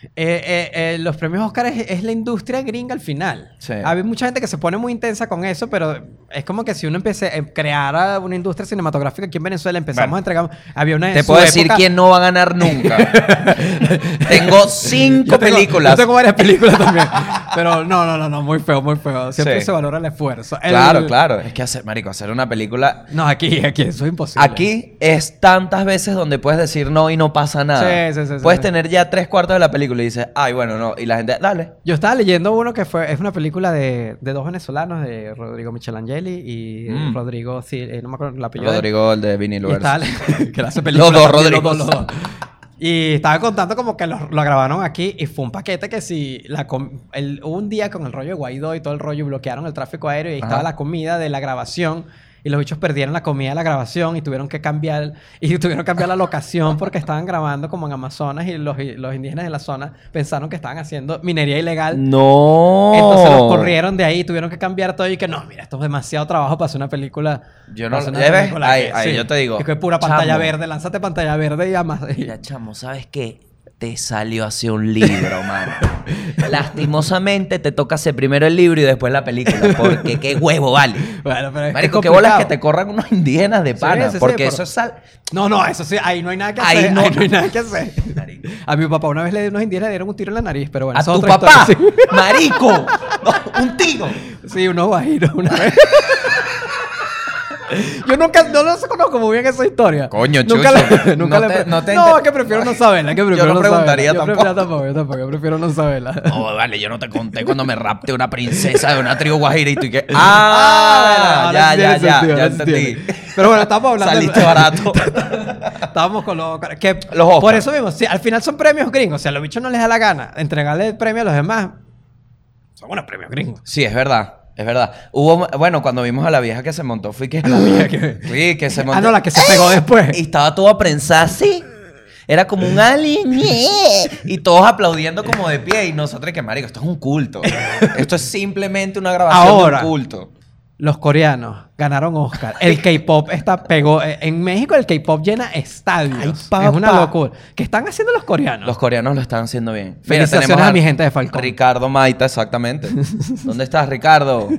eh, eh, eh, los premios Oscar es, es la industria gringa al final.
Sí.
Hay mucha gente que se pone muy intensa con eso, pero es como que si uno empecé a crear una industria cinematográfica aquí en Venezuela, empezamos
Bueno.
a entregar. Había una en
Te
su
puedo decir
época- <laughs>
quién no va a ganar nunca. tengo cinco
Yo tengo-
películas. <laughs>
Yo tengo varias películas también. Pero no, no, no, no, muy feo, muy feo. Siempre
Sí.
se valora el esfuerzo. El-
Claro, claro. Es que hacer, marico, hacer una película.
No, aquí, aquí, eso es imposible.
Aquí es tantas veces donde puedes decir no y no pasa nada.
Sí, sí, sí, sí,
Puedes
sí.
tener ya tres cuartos de la película y dices, ay, bueno, no. Y la gente, dale.
Yo estaba leyendo uno que fue, es una película de, de dos venezolanos, de Rodrigo Michelangeli y eh,
Mm.
Rodrigo, Ci- eh, no me acuerdo el apellido. de él.
Rodrigo, el de vinilo.
Y estaba-
Versus.
que le <laughs> hace películas
Los dos,
también,
Rodrigo.
Y estaba contando como que lo, lo grabaron aquí y fue un paquete que si la com- el- hubo un día con el rollo de Guaidó y todo el rollo y bloquearon el tráfico aéreo y ahí
Ajá.
estaba la comida de la grabación y los bichos perdieron la comida de la grabación y tuvieron que cambiar y <laughs> tuvieron que cambiar la locación porque estaban grabando como en Amazonas y los, y los indígenas de la zona pensaron que estaban haciendo minería ilegal.
No.
Entonces
Oh.
los corrieron de ahí, tuvieron que cambiar todo y que no, mira, esto es demasiado trabajo para hacer una película.
Yo no
para
lo-
hacer
¿ya ves?
película
Ahí-
que-
ahí yo te digo,
Que es pura pantalla
chamo.
verde, lánzate pantalla verde y amas. y-
Mira, chamo, ¿sabes qué? Te salió hacia un <laughs> libro, mano. Lastimosamente te toca hacer primero el libro y después la película. Porque qué huevo, vale.
<laughs> Bueno, pero es
Marico, qué
que es
bolas
complicado.
que te corran unos indígenas de
Sí,
pana.
sí, sí,
porque
por-
eso es sal.
No, no, eso sí, ahí no hay nada que
Ahí
hacer.
no.
ahí no hay nada
<laughs>
que hacer. A mi papá una vez le unos indígenas le dieron un tiro en la nariz, pero bueno,
¡A
eso es
tu
otra
papá!
historia,
<laughs> ¡Marico! No, ¡Un tío!
Sí, sí, unos guajiros una vez. <laughs> Yo nunca, no los conozco muy bien esa historia.
Coño,
nunca
Chuzo,
la- nunca
no
la-
te- no te
no,
inter-
es que prefiero no saberla. es Que
Yo
prefiero
no
saberla.
preguntaría
Yo prefiero- Yo tampoco, yo prefiero no saberla.
No, vale, yo no te conté cuando me rapté una princesa de una tribu guajira y tú y que. ¡Ah!
Ah, bueno, ahora
ya,
sí
ya,
tiene
ya,
sentido,
ya
ahora sí
entendí.
tiene. Pero bueno, estamos hablando-
Saliste <laughs> barato.
<laughs> Estábamos con los. Que
Los Oscar.
Por eso mismo, si al final son premios gringos. Si a los bichos no les da la gana entregarle el premio a los demás, son unos premios gringos.
Sí, es verdad. Es verdad. Hubo, bueno, cuando vimos a la vieja que se montó, fui que.
vieja que-
<laughs> Sí, que se montó.
Ah, no, la que se pegó después.
Y estaba todo aprensada así. Era como un alien. <laughs> ¡eh! Y todos aplaudiendo como de pie. Y nosotros, que marico, esto es un culto. Esto es simplemente una grabación
Ahora.
de un culto.
Los coreanos ganaron Oscar.
<laughs>
El K-pop está pegó. eh, En México el K-pop llena estadios.
Ay, papá.
es una locura. ¿Qué están haciendo los coreanos?
Los coreanos lo están haciendo bien. Mira,
Felicitaciones
tenemos
a mi gente de Falcón.
Ricardo Maita,
<laughs>
exactamente. ¿Dónde estás, Ricardo?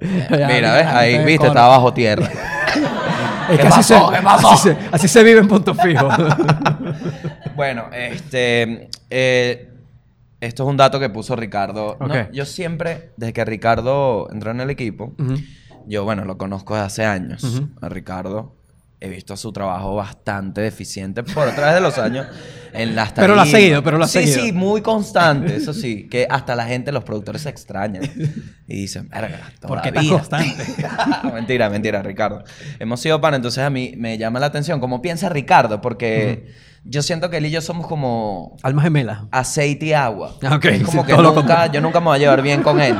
Ya,
Mira,
la
¿ves?
gente
Ahí,
de
viste,
Coro.
estaba bajo tierra.
Es que
¿Qué
así,
pasó?
se,
¿Qué pasó?
así se- así se vive en
<laughs>
punto fijo.
Bueno, este. eh, esto es un dato que puso Ricardo. No,
Ok.
yo siempre, desde que Ricardo entró en el equipo,
Ujú.
yo, bueno, lo conozco desde hace años.
Ujú.
A Ricardo. He visto su trabajo bastante deficiente por a través de los años en las
<laughs> Pero lo ha
tarimas.
seguido, pero lo ha
sí,
seguido.
Sí, muy constante, eso sí.
<laughs>
Que hasta la gente, los productores se extrañan. Y dicen, verga,
¿Por qué tan
todavía".
constante?
<laughs> mentira, mentira, Ricardo. Hemos sido pan, entonces a mí me llama la atención cómo piensa Ricardo, porque yo siento que él y yo somos como
Almas gemelas.
Ah, aceite y agua.
Ah, ok,
Es como
sí,
que
todo lo
nunca,
contrario.
yo nunca me voy a llevar bien con él.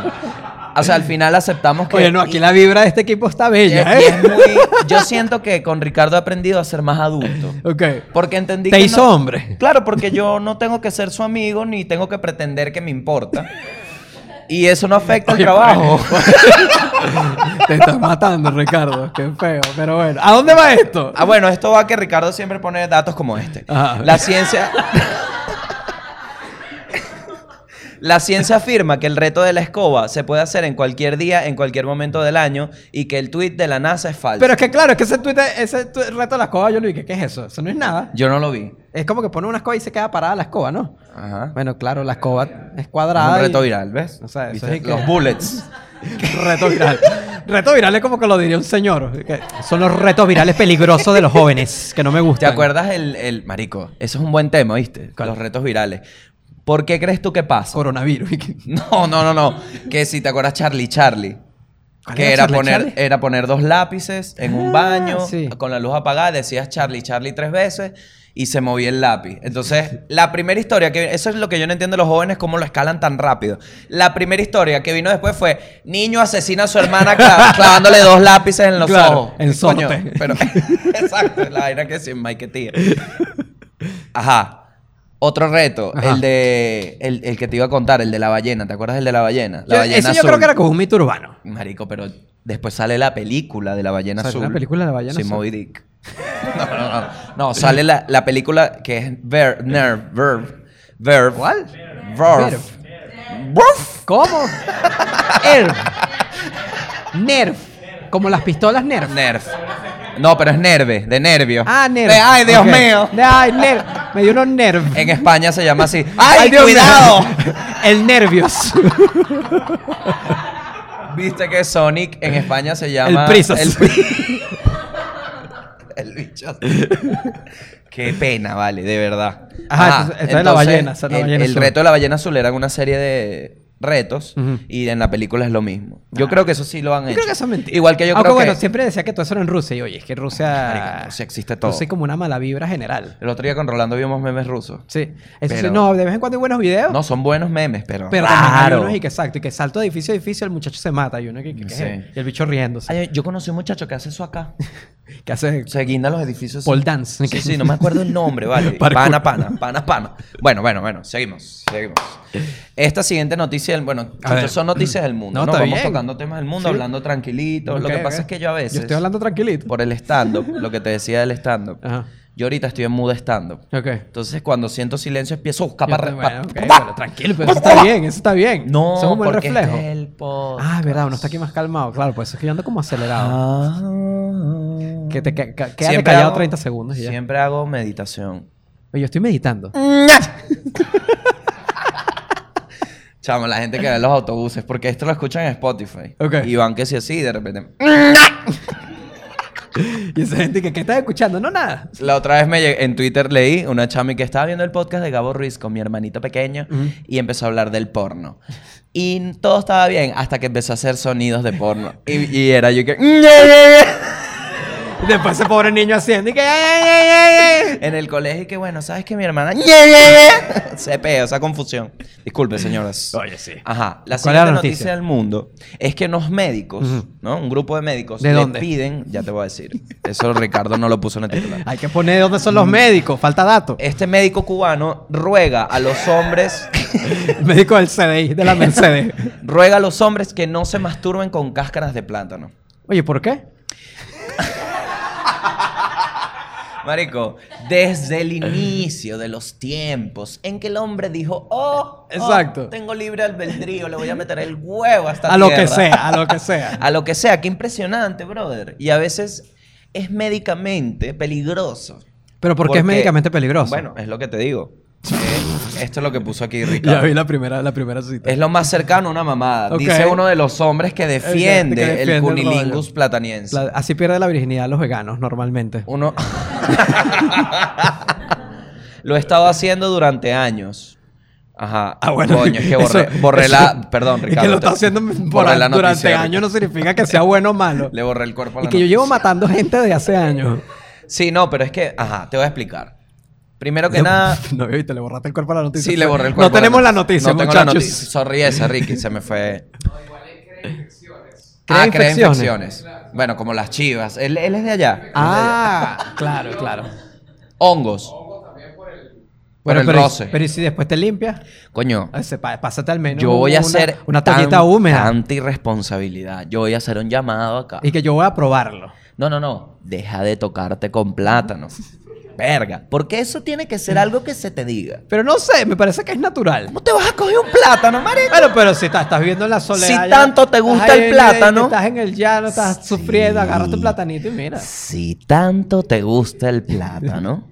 O sea, al final aceptamos que...
Oye, no, aquí la vibra de este equipo
<laughs> y-
está
y
bella,
es
¿eh?
muy- yo siento que con Ricardo he aprendido a ser más adulto.
<laughs> Ok.
Porque entendí
Te
que
hizo
no-
hombre.
<laughs> Claro, porque yo no tengo que ser su amigo ni tengo que pretender que me importa. Y eso no afecta al
Oye,
trabajo.
Te estás matando, Ricardo. Qué feo. Pero bueno, ¿a dónde va esto?
Ah, bueno, esto va que Ricardo siempre pone datos como este.
Ajá.
La ciencia. La ciencia afirma que el reto de la escoba se puede hacer en cualquier día, en cualquier momento del año, y que el tweet de la NASA es falso.
Pero es que claro, es que ese, tuit- ese tu- reto de la escoba yo le dije, ¿qué es eso? Eso no es nada.
Yo no lo vi.
Es como que pone una escoba y se queda parada la escoba, ¿no?
Ajá.
Bueno, claro, la escoba es
Es
cuadrada.
un reto
y-
viral, ¿ves?
O sea, eso
¿Viste?
es que-
Los bullets.
<laughs> Reto viral. Reto viral es como que lo diría un señor. que Son los retos virales peligrosos de los jóvenes, que no me
¿Te
gustan.
acuerdas el, el- Marico, eso es un buen tema, ¿viste?
¿Cuál?
Los retos virales. ¿Por qué crees tú que pasa?
Coronavirus.
No, no, no, no. Que si te acuerdas Charlie Charlie.
¿Cuál
Que
era
era
Charlie
poner, eh,
Charlie?
era poner dos lápices en un
Ah,
baño,
sí.
con la luz apagada, decías Charlie, Charlie tres veces y se movía el lápiz. Entonces, la primera historia que eso es lo que yo no entiendo de los jóvenes, cómo lo escalan tan rápido. La primera historia que vino después fue niño asesina a su hermana
<laughs>
cla- clavándole dos lápices en los
Claro,
ojos.
en
¿Qué coño?
sorte. <laughs>
Pero, exacto, la vaina que sí, Mike tía. Ajá. Otro reto,
Ajá.
el de el, el que te iba a contar, el de la ballena, ¿te acuerdas del de la ballena? La
Yo-
ballena
eso yo
azul.
creo que era como un mito urbano.
Marico, pero después sale la película de la ballena
¿Sale
azul.
la película de la ballena
sí,
azul?
Moby Dick. <laughs> No, no, no. No, sale la, la película que es Ver, Nerve, Verve. Verve. ¿Cuál? Verve. Verve.
¿Cómo? Nerf. Nerf. Como las pistolas Nerf.
Nerve. No, pero es Nerve, de nervio.
Ah, Nerf.
De- ay, Dios
Ok.
mío.
De- ay, Nerf. Me dio unos Nerf.
En España se llama así. ¡Ay,
Dios mío.
cuidado!
El nervios.
Viste que Sonic en España se llama.
El Prisas.
El, pri- el bicho. <laughs> Qué pena, vale, de verdad. Ah,
Ajá, entonces, esta es la ballena, esta es la
el,
ballena
el
azul.
reto de la ballena azul era una serie de retos
Ujú. Ah.
y en la película es lo mismo. Yo creo que eso sí lo han
Yo
hecho.
creo que eso es mentira.
Igual que yo
Aunque
creo
bueno,
que.
siempre decía que todo eso era en Rusia. Y oye, es que Rusia.
Marico, en Rusia existe todo.
Rusia es como una mala vibra general.
El otro día con Rolando vimos memes rusos.
Sí. Eso sí,
Pero-
no, de vez en cuando hay buenos videos.
No, son buenos memes, pero.
Pero también hay
claro.
unos y que exacto, y que salto de edificio a edificio, el muchacho se mata, y uno que, que- que-
Sí.
y el bicho riéndose.
Ay, yo conocí un muchacho que hace eso acá.
que hace
Se guinda los edificios.
pole dance.
Sí, sí, no me acuerdo el nombre, vale.
<laughs> Parkour.
Pana, pana, pana, pana. Bueno, bueno, bueno, seguimos, seguimos. Esta siguiente noticia, del- bueno,
A ver.
estas son noticias del mundo,
No,
¿no?
está
Vamos
bien.
tocando temas del mundo,
Sí.
hablando tranquilito. Lo
Ok,
que pasa
ok.
es que yo a veces,
Yo estoy hablando tranquilito.
por el stand-up, lo que te decía del stand-up,
Ajá.
yo ahorita estoy en mood stand-up.
Ok.
Entonces, cuando siento silencio, empiezo a
Yo-
buscar para...
bueno, ok, pero tranquilo, pero eso está bien, eso está bien.
No,
Eso es un buen
porque
reflejo.
este es el podcast.
Ah, es verdad, uno está aquí más calmado, claro, por eso es que yo ando como acelerado.
Ah.
Que te que- que- quédate
Siempre
callado
hago-
30 segundos y ya.
Siempre hago meditación.
Oye, yo estoy meditando.
<laughs> Chamo, la gente que ve los autobuses, porque esto lo escuchan en Spotify.
Ok.
Y van que si así, y de repente.
Y esa gente que, ¿qué estás escuchando? No, nada.
La otra vez me lle- en Twitter leí una chami que estaba viendo el podcast de Gabo Ruiz con mi hermanito pequeño y empezó a hablar del porno. Y todo estaba bien hasta que empezó a hacer sonidos de porno. Y, y era yo que.
Y después ese pobre niño haciendo y que... "Ay, ay, ay, ay".
En el colegio, y que bueno, ¿sabes que mi hermana? <laughs> Se peo, esa confusión. Disculpe, señoras.
Oye, sí.
Ajá. La
¿Cuál era
siguiente
la
noticia?
noticia?
del mundo es que unos médicos,
Ujú.
¿no? Un grupo de médicos
¿De
le
dónde?
piden, ya te voy a decir. Eso Ricardo no lo puso en el titular.
Hay que poner dónde son los médicos, falta dato.
Este médico cubano ruega a los
<laughs>
hombres,
médico del CDI, de la Mercedes.
ruega a los hombres que no se masturben con cáscaras de plátano.
Oye, ¿por qué?
Marico, desde el inicio de los tiempos en que el hombre dijo, oh, oh,
Exacto.
tengo libre albedrío, le voy a meter el huevo hasta
A lo que sea, a lo que sea.
A lo que sea, qué impresionante, brother. Y a veces es médicamente peligroso.
Pero ¿por qué es médicamente peligroso?
Bueno, es lo que te digo. Eh, esto es lo que puso aquí
<laughs> Ya
Ricardo.
vi la primera, la primera cita.
Es lo más cercano a una mamada.
Ok.
Dice uno de los hombres que defiende,
Exacto, que defiende
el
el
cunilingus
rollo.
plataniense.
La- así pierde la virginidad los veganos normalmente.
Uno. <laughs> lo he estado haciendo durante años. Ajá. Coño, es que borré,
Ah, eso-
borré
eso-
la. Perdón,
es
Ricardo.
Que lo está
te-
haciendo por-
borré la
durante
noticia,
años no
Ricardo.
significa que sea bueno o malo.
<laughs> Le borré el cuerpo a la
Y que yo llevo
noticia.
matando gente de hace años.
Sí, no, pero es que. Ajá, te voy a explicar. Primero que
Le- <laughs>
nada.
No, viste, le borraste el cuerpo a la noticia.
Sí, le borré el cuerpo.
No tenemos la
no-
noticia,
No tengo
muchachos.
la noticia. Sorry esa, Ricky, se me fue.
<laughs> ¿Cree
Ah, cree
infecciones?
infecciones. Bueno, como las chivas. Él, él es de allá.
Ah, <laughs> claro, claro.
Hongos. Por
Bueno,
el
pero,
roce.
pero ¿y si después te limpias?
Coño,
Ay, se pa- Pásate al menos
yo voy a
una-
hacer
una toallita húmeda.
Tanta irresponsabilidad. Yo voy a hacer un llamado acá.
Y que yo voy a probarlo.
No, no, no. Deja de tocarte con plátanos. Verga. Porque eso tiene que ser algo que se te diga.
Pero no sé, me parece que es natural.
¿Cómo te vas a coger un plátano, marico?
Bueno, pero si estás, estás viviendo en la soledad.
Si
ya,
tanto te gusta
estás ahí
el
en-
plátano.
Estás en el llano, estás
Sí.
sufriendo, agarras tu platanito y mira.
Si tanto te gusta el plátano,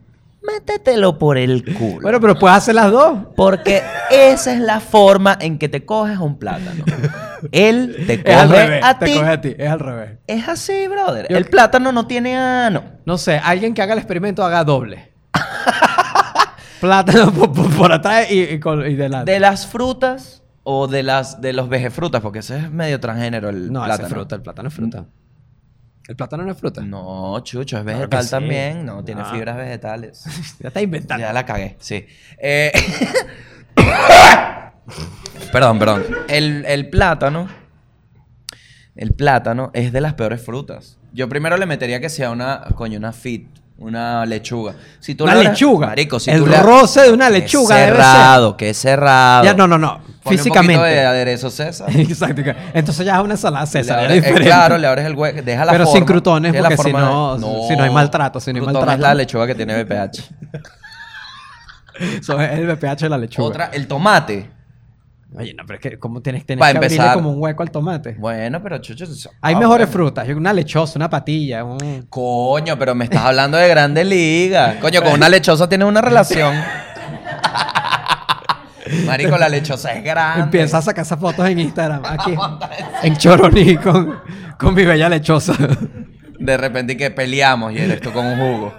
métetelo por el culo.
Bueno, pero puedes hacer las dos.
Porque esa es la forma en que te coges un plátano. Él te
Es al
coge
revés.
a
Te
ti.
coge a ti, es al revés.
Es así, brother.
Yo-
El plátano no tiene ano.
No sé, alguien que haga el experimento haga doble. <laughs> plátano por, por- por atrás y, y con- y delante.
De las frutas o de las de los vejefrutas, porque ese es medio transgénero el
no, ese
plátano. Mm.
es fruta, el plátano es fruta. ¿El plátano no es fruta?
No, chucho, es
Claro
vegetal
que sí.
también. No, tiene
No.
fibras vegetales.
<laughs> Ya está inventando.
ya la cagué, sí. Eh, <laughs> perdón, perdón. El, el plátano. El plátano es de las peores frutas. Yo primero le metería que sea una, coño, una fit, una lechuga. Si tú
Una
le abres-
lechuga.
Marico, si
El
tú le-
roce de una lechuga
Qué
debe ser.
cerrado, qué cerrado.
Ya, no, no, no.
Ponle Un poquito de
Físicamente.
aderezo César.
<laughs> Exacto. que- Entonces ya es una ensalada César.
Le
ya
abres- eh,
diferente.
claro, le abres el hueco, deja la
Pero sin
forma,
crutones,
deja la
porque si
forma de-
no- si no hay maltrato, si no hay
Crutón
maltrato.
es la lechuga que tiene BPH.
Eso es el BPH de la lechuga.
Otra, el tomate.
Oye, no, pero es que ¿cómo tienes, tienes
Pa'
que abrirle
empezar.
como un hueco al tomate?
Bueno, pero chucho... eso-
Hay
ah,
mejores
bueno.
frutas. Una lechosa, una patilla. un-
Coño, pero me estás hablando
<laughs>
de grandes ligas. Coño, con una lechosa tienes una relación. Marico, la lechosa es grande. <laughs>
Empieza a sacar esas fotos en Instagram. Aquí. en Choroní con, con mi bella lechosa.
De repente y que peleamos y eres tú con un jugo.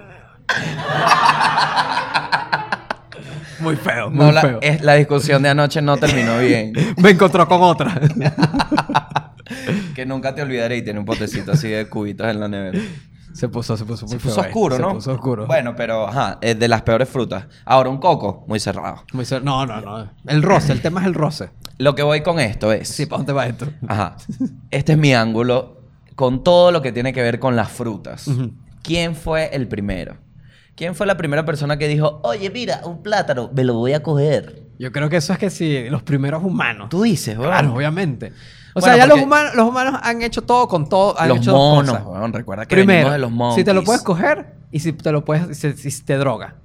Muy feo, muy
No, la,
feo.
es- la discusión de anoche no terminó bien.
Me encontró con otra. <laughs>
que nunca te olvidaré y tiene un potecito así de cubitos en la nevera.
se puso, se puso muy
Se
feo
puso
esto,
oscuro, ¿no?
Se puso oscuro.
Bueno, pero ajá, es de las peores frutas. Ahora un coco, muy cerrado.
Muy ser- No, no, no. El roce, el tema es el roce.
Lo que voy con esto es.
Sí, ¿para dónde va esto?
Ajá. Este es mi ángulo con todo lo que tiene que ver con las frutas.
Ujú.
¿Quién fue el primero? ¿Quién fue la primera persona que dijo, oye, mira, un plátano, me lo voy a coger?
Yo creo que eso es que sí, los primeros humanos.
Tú dices, weón.
Claro, obviamente. O
Bueno,
sea, ya los
porque-
humanos, los humanos han hecho todo con todo. Han
los
hecho dos
monos,
cosas.
weón. Recuerda que
Primero,
venimos de los monos.
si te lo puedes coger y si te lo puedes, si, si te droga.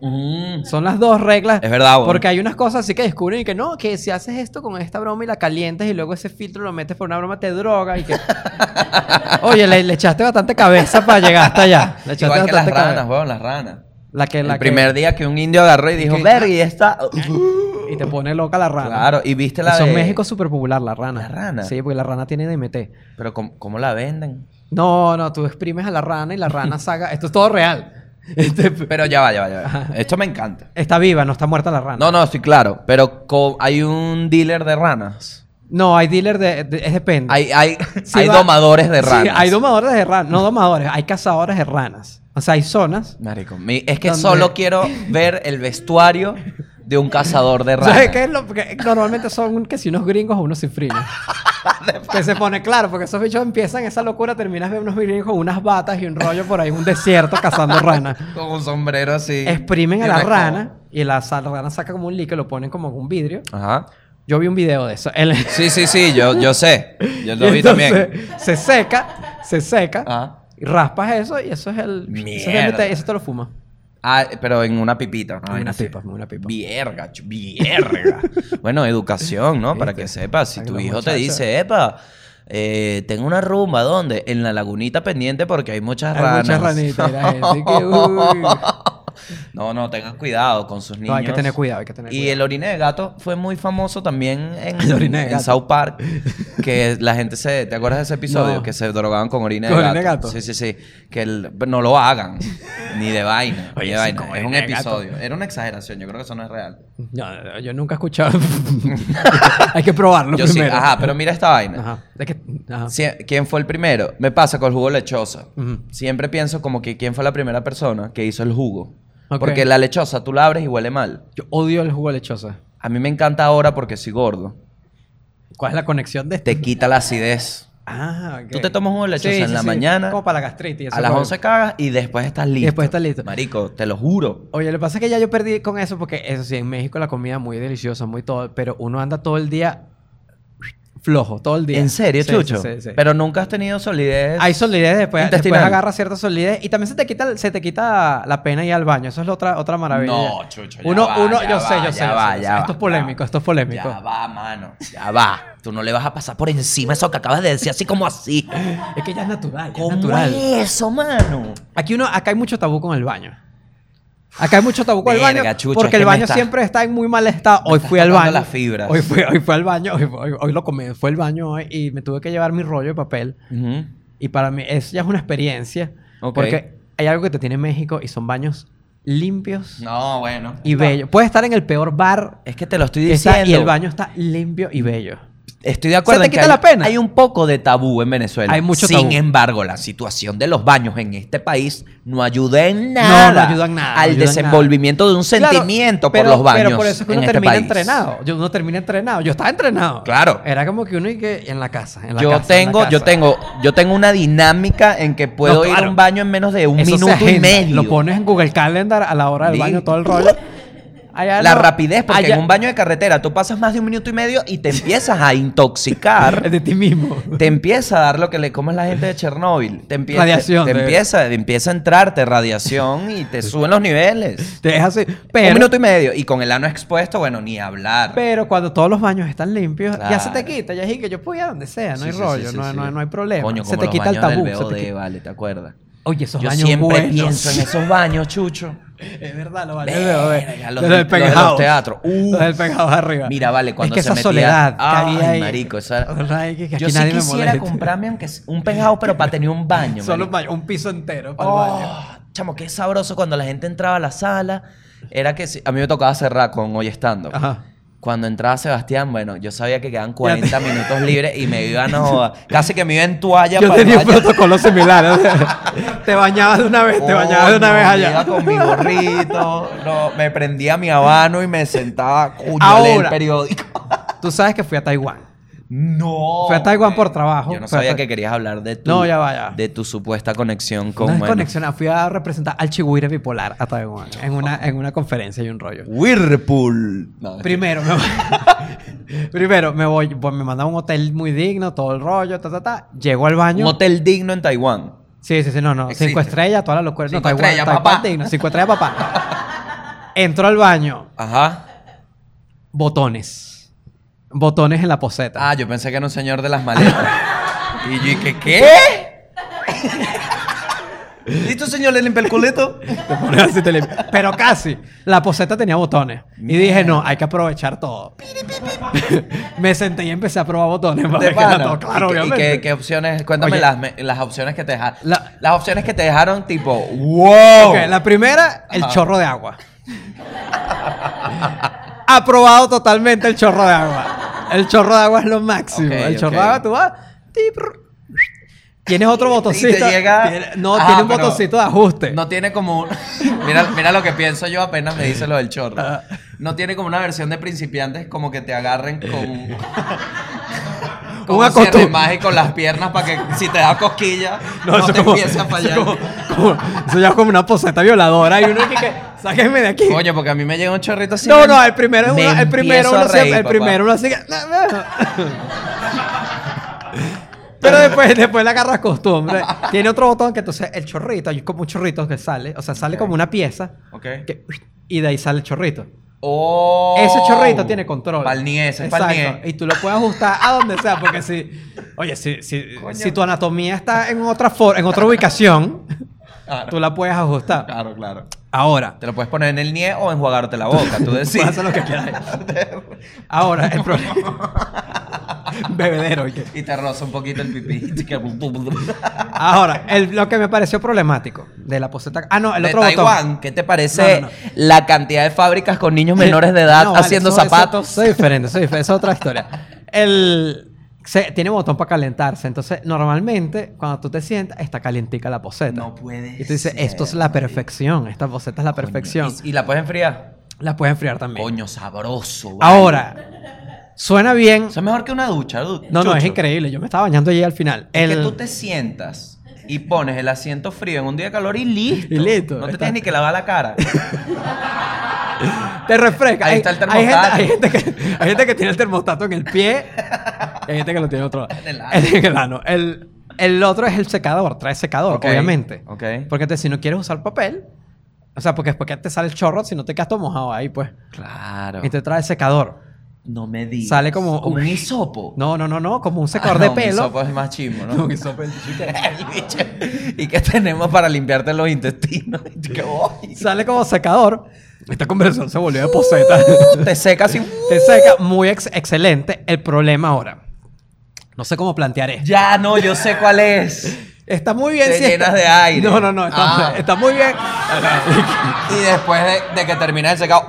Mm.
Son las dos reglas.
Es verdad, weón.
Porque hay unas cosas así que descubren y que no, que si haces esto con esta broma y la calientas y luego ese filtro lo metes por una broma, te droga
<laughs>
y que. Oye, le, le echaste bastante cabeza para llegar hasta allá. Le echaste
Igual que las
bastante cabeza.
ranas, weón, las ranas.
La que, la
el
que-
primer día que un indio agarró y dijo,
que-
verga, y
<laughs>
está.
Y te pone loca la rana.
Claro, y viste la
Eso
de-
en México es súper popular, la rana.
¿La rana?
Sí, porque la rana tiene DMT.
Pero ¿cómo, cómo la venden?
No, no, tú exprimes a la rana y
<laughs>
la rana saca. Esto es todo real. Este,
Pero ya va, ya va, ya va.
Ajá.
Esto me encanta.
Está viva, no está muerta la rana.
No, no, sí, claro. Pero co- hay un dealer de ranas.
No, hay dealer de. de- es depende.
Hay, hay,
<laughs> Sí
hay
va-
domadores de ranas.
Sí, hay domadores de ranas. No domadores, hay cazadores de ranas. O sea, hay zonas.
Marico, mi- es que
¿Dónde?
solo quiero ver el vestuario de un cazador de ranas.
<laughs> ¿Sabes qué es lo que normalmente son que si unos gringos o unos
<laughs>
cifrinos? que se pone claro, porque esos bichos empiezan esa locura, terminas de unos gringos con unas batas y un rollo por ahí en un desierto cazando ranas.
Con un sombrero así.
Exprimen
y
a
una
la
escoba.
rana y la, sa- la rana saca como un líquido, lo ponen como en un vidrio.
Ajá.
Yo vi un video de eso. El-
Sí, sí, sí, yo, yo sé. Yo
<laughs>
lo vi
Entonces,
también.
Se seca, se seca,
Ajá.
y raspas eso y eso es el. eso es
Mierda.
DMT, eso te lo fuma.
Ah, pero en una pipita. ¿no?
En una
Así.
pipa, en una pipa.
Vierga, ch-
<laughs>
vierga. bueno, educación, ¿no? Para
Viste,
que sepas. Si
para que
tu
los
hijo te
muchachos-
dice, epa, eh, tengo una rumba, ¿dónde? En la lagunita pendiente porque hay muchas
Hay
ranas.
muchas ranitas, y la gente que, uy.
<laughs> No, no, tengan cuidado con sus niños.
No, hay que tener cuidado, hay que tener
Y
cuidado.
el orine de gato fue muy famoso también en,
<laughs> El orine de
en
gato.
South
<laughs>
Park. Que la gente se. ¿Te acuerdas de ese episodio?
No.
Que se drogaban con orine de
¿Con
gato.
orine de gato?
Sí, sí, sí. Que el- no lo
<laughs>
hagan. Ni de vaina. ni
Oye,
de
sí,
vaina.
con
Es un
orine de gato.
episodio. Era una exageración. Yo creo que eso no es real.
No, no, yo nunca he escuchado. <laughs> hay que probarlo
Yo sí.
primero.
Ajá, pero mira esta vaina.
Ajá. Es que. Ajá.
Sie- ¿Quién fue el primero? Me pasa con el jugo lechosa.
Ujú.
Siempre pienso como que quién fue la primera persona que hizo el jugo.
Ok.
Porque la lechosa tú la abres y huele mal.
Yo odio el jugo de lechosa.
A mí me encanta ahora porque soy gordo.
¿Cuál es la conexión de este?
Te quita la acidez.
Ah, ok.
Tú te tomas jugo de lechosa
Sí,
en
sí,
la
sí.
mañana.
Como para la gastritis. eso
A las
huevo.
11 cagas y después estás listo.
después estás listo.
Marico, te lo juro.
Oye, lo que pasa es que ya yo perdí con eso porque eso sí, en México la comida muy deliciosa, muy todo, pero uno anda todo el día flojo, todo el día.
En serio,
Sí,
Chucho.
sí, sí, sí.
Pero nunca has tenido solidez.
hay solidez después, después
Intestinal.
agarra cierta solidez y también se te quita se te quita la pena ir al baño, eso es la otra otra maravilla.
No, Chucho, ya
uno
va,
uno
ya
yo
va,
sé, yo
ya
sé, yo
va,
sé, yo
ya
sé.
va,
esto es
ya
polémico,
va.
esto es polémico.
Ya va, mano. Ya va. Tú no le vas a pasar por encima eso que acabas de decir así como así.
<laughs> Es que ya es natural, ya es
¿Cómo
natural.
es eso, mano?
Aquí uno, acá hay mucho tabú con el baño. Acá hay mucho tabú con el
Verga,
baño
Chucho, es
porque
que
el
me
baño
estás-
siempre está en muy mal estado. Hoy
estás
fui al
tocando
baño.
las fibras.
Hoy fui, hoy fui al baño, hoy, hoy- hoy lo comí, fue el baño hoy y me tuve que llevar mi rollo de papel.
Ujú.
Y para mí eso ya es una experiencia.
Ok.
Porque hay algo que te tiene México y son baños limpios
No, bueno.
y bellos. Puedes estar en el peor bar
Es que te lo estoy
que
diciendo.
está, y el baño está limpio y bello.
Estoy de acuerdo.
¿Se te
en que
quita
hay-
la pena?
Hay un poco de tabú en Venezuela.
Hay mucho
Sin
tabú.
embargo, la situación de los baños en este país no ayuda en
No,
nada.
no ayuda en nada, no
Al
ayuda en
desenvolvimiento de un sentimiento
Claro,
por los baños.
Pero por eso es que uno
en este
termina
país.
entrenado. Yo, uno termina entrenado. Yo estaba entrenado.
Claro.
Era como que uno y que en la casa. En la
Yo
casa, en la
tengo, yo
casa.
tengo, yo tengo una dinámica en que puedo
No,
ir a
claro.
un baño en menos de un
Eso se
minuto y
agenda.
medio.
Lo pones en Google Calendar a la hora del
Sí.
baño, todo el rollo. Allá
la
no.
rapidez, porque
Allá-
en un baño de carretera tú pasas más de un minuto y medio y te empiezas a
<laughs>
intoxicar.
Es de ti mismo.
te empieza a dar lo que le comes la gente de Chernóbil. Te empieza,
Radiación,
Te
de-
empieza, te empieza a entrarte radiación y te suben los niveles.
Te dejas así. Pero,
Un minuto y medio. Y con el ano expuesto, bueno, ni hablar.
pero cuando todos los baños están limpios, ya se te
Claro.
quita. Ya es que yo puedo ir a donde sea, no
Sí,
hay
sí, sí,
rollo,
sí,
no, hay-
sí.
no hay- no hay problema.
Coño,
se
como
te
los
quita el
baños
tabú.
del
se te
BOD,
quita-
vale, ¿te acuerdas?
Oye, esos
Yo
baños
siempre
buenos.
pienso
<laughs>
en esos baños, Chucho.
Es verdad, los baños de
Verga,
bebé.
los, del- los de los teatros. Uh,
Los del Penthouse arriba.
Mira, vale, cuando
es que
se
esa
metía-
soledad
Ay,
que había ahí.
marico, esa-
<laughs> Ay, que- que
Yo
aquí
sí
nadie me
quisiera
moleste.
comprarme aunque sea un penthouse, pero para tener un baño.
<laughs>
marico.
Solo un, baño, un piso entero para el baño.
Oh, chamo, qué sabroso cuando la gente entraba a la sala. Era que si- a mí me tocaba cerrar con hoy estando.
Ajá.
Cuando entraba Sebastián, bueno, yo sabía que quedaban 40 minutos libres y me iba
<laughs>
no, casi que me iba en toalla
Yo
para el
tenía un
baño.
protocolo similar. o sea, <laughs> te bañabas de una vez, te bañabas de una
Coño,
vez
Oh, me
allá.
Iba con mi gorrito, no, me prendía mi habano y me sentaba coño, a
Ahora.
leer el periódico.
<laughs> Tú sabes que fui a Taiwán.
No.
Fui a Taiwán
güey.
por trabajo.
Oh, Yo no
Fui a
sabía
Ta-
que querías hablar de tu,
No, ya va, ya.
De tu supuesta conexión
no
con.
es
bueno,
conexión, ah, fui a representar al chihuire bipolar a Taiwán en
Oh.
una, en una conferencia y un rollo.
Whirlpool. No,
Primero me voy, <laughs> primero me voy, voy- me mandan a un hotel muy digno, todo el rollo, ta ta ta. Llego al baño.
un hotel digno en Taiwán.
Sí, sí, sí, no, no.
Existe.
Cinco estrellas, toda la locura. no,
Cinco
Taiwán,
estrellas,
Taiwán
papá.
digno, cinco estrellas, papá.
<laughs>
Entro al baño,
Ajá.
botones. Botones en la poseta.
Ah, yo pensé que era un señor
<laughs>
de las maletas. y yo dije, ¿qué? <laughs> ¿Listo, señor? ¿Le limpia el culito?
Te pones así,
<laughs>
te limpias. Pero casi. La poseta tenía botones. Y dije, no, hay que aprovechar todo. <laughs> me senté y empecé a probar botones. <laughs> para
De
ver qué era
pana.
todo.
¿Y
Claro,
qué- y
obviamente.
qué, qué opciones? Cuéntame
Oye.
las, me- las opciones que te dejaron.
La-
Las opciones que te dejaron, tipo, ¡wow!
Ok, la primera, el
Ajá.
chorro de agua. <laughs> Aprobado totalmente el chorro de agua. El chorro de agua es lo máximo.
Ok,
el chorro
ok.
de agua, tú vas. ti, prr. Tienes otro botoncito.
llega-
tiene- no,
Ajá,
tiene un
pero-
botoncito de ajuste. <laughs>
No tiene como un- <laughs> mira, mira lo que pienso yo apenas me dice lo del chorro.
Ah.
No tiene como una versión de principiantes como que te agarren
<laughs>
con... con
Un
un cierre
acostú-
mágico con las piernas para que si te da cosquilla no,
eso
te
como-
empiece a
eso
fallar.
como- como- eso ya es como una poseta violadora. Y uno que, que sáquenme de aquí.
Coño, porque a mí me llega un chorrito así.
no,
me-
no, el primero,
me
uno, el primero
empiezo a
uno siempre-
reír,
el
papá.
primero uno así que-
<laughs>
Pero después, después le agarras costumbre. Tiene otro botón que entonces el chorrito, hay como un chorrito que sale, o sea, sale como una pieza
Ok.
que- y de ahí sale el chorrito.
Oh.
Ese chorrito tiene control.
Pal niés, es
Exacto.
pal niés.
Y tú lo puedes ajustar a donde sea, porque si, oye, si, si,
Coño.
si tu anatomía está en otra for- en otra ubicación,
Claro.
tú la puedes ajustar.
Ah, Claro, claro.
Ahora,
Te lo puedes poner en el nie o enjuagarte la boca,
<laughs>
tú decís.
Pasa lo que quieras. Ahora, el problema. <laughs> Bebedero, oye.
<laughs> Y te roza un poquito el
<laughs>
pipí. Que-
Ahora, el- lo que me pareció problemático de la poseta. Ah, no, el
de
otro
Taiwán,
botón.
¿qué te parece
No, no, no.
la cantidad de fábricas con niños menores de edad
<laughs> No, vale,
haciendo
eso- eso-
zapatos?
Eso es diferente, eso es diferente, eso es otra historia. El. se- tiene botón para calentarse. Entonces, normalmente, cuando tú te sientas, está calientica la poseta.
No puede
Y tú dices,
ser,
esto es la perfección. Esta poseta es la perfección.
¿Y, y la puedes enfriar?
La puedes enfriar también.
Coño, sabroso. vale.
Ahora, suena bien.
Eso es mejor que una ducha, du-
No, no, es
Chucho.
increíble. Yo me estaba bañando allí al final.
Es
El-
que tú te sientas y pones el asiento frío en un día de calor y listo.
Y listo,
No te
está.
tienes ni que lavar la
<laughs>
cara.
Te refresca.
Ahí
Hay-
está el
Hay gente,
termostato.
hay gente que, hay gente que tiene el termostato en el pie. y hay gente que lo tiene en otro lado.
<laughs> En el ano.
<laughs> En el ano. El, el otro es el secador. Trae secador,
Ok,
obviamente.
ok.
Porque te- si no quieres usar papel, o sea, porque después que te sale el chorro, si no te quedas todo mojado ahí, pues.
Claro.
Y te trae secador.
No me digas.
Sale como-
un hisopo.
<laughs> No, no, no, no. Como un secador
Ah,
de
no, Un
pelo.
hisopo es más chimo, ¿no?
Un hisopo, el
<laughs>
chico.
El bicho. ¿Y qué tenemos para limpiarte los intestinos? <laughs> ¿Qué voy?
Sale como secador. Esta conversación se volvió
<laughs>
de poseta.
uh, Te seca así.
te seca. Muy ex- excelente. El problema ahora. No sé cómo plantear esto.
Ya, no, yo sé cuál es.
<laughs> Está muy bien.
Te
si está-
llenas de aire.
No, no, no. Está,
Ah.
está muy bien.
Y después de, de que termina el secado.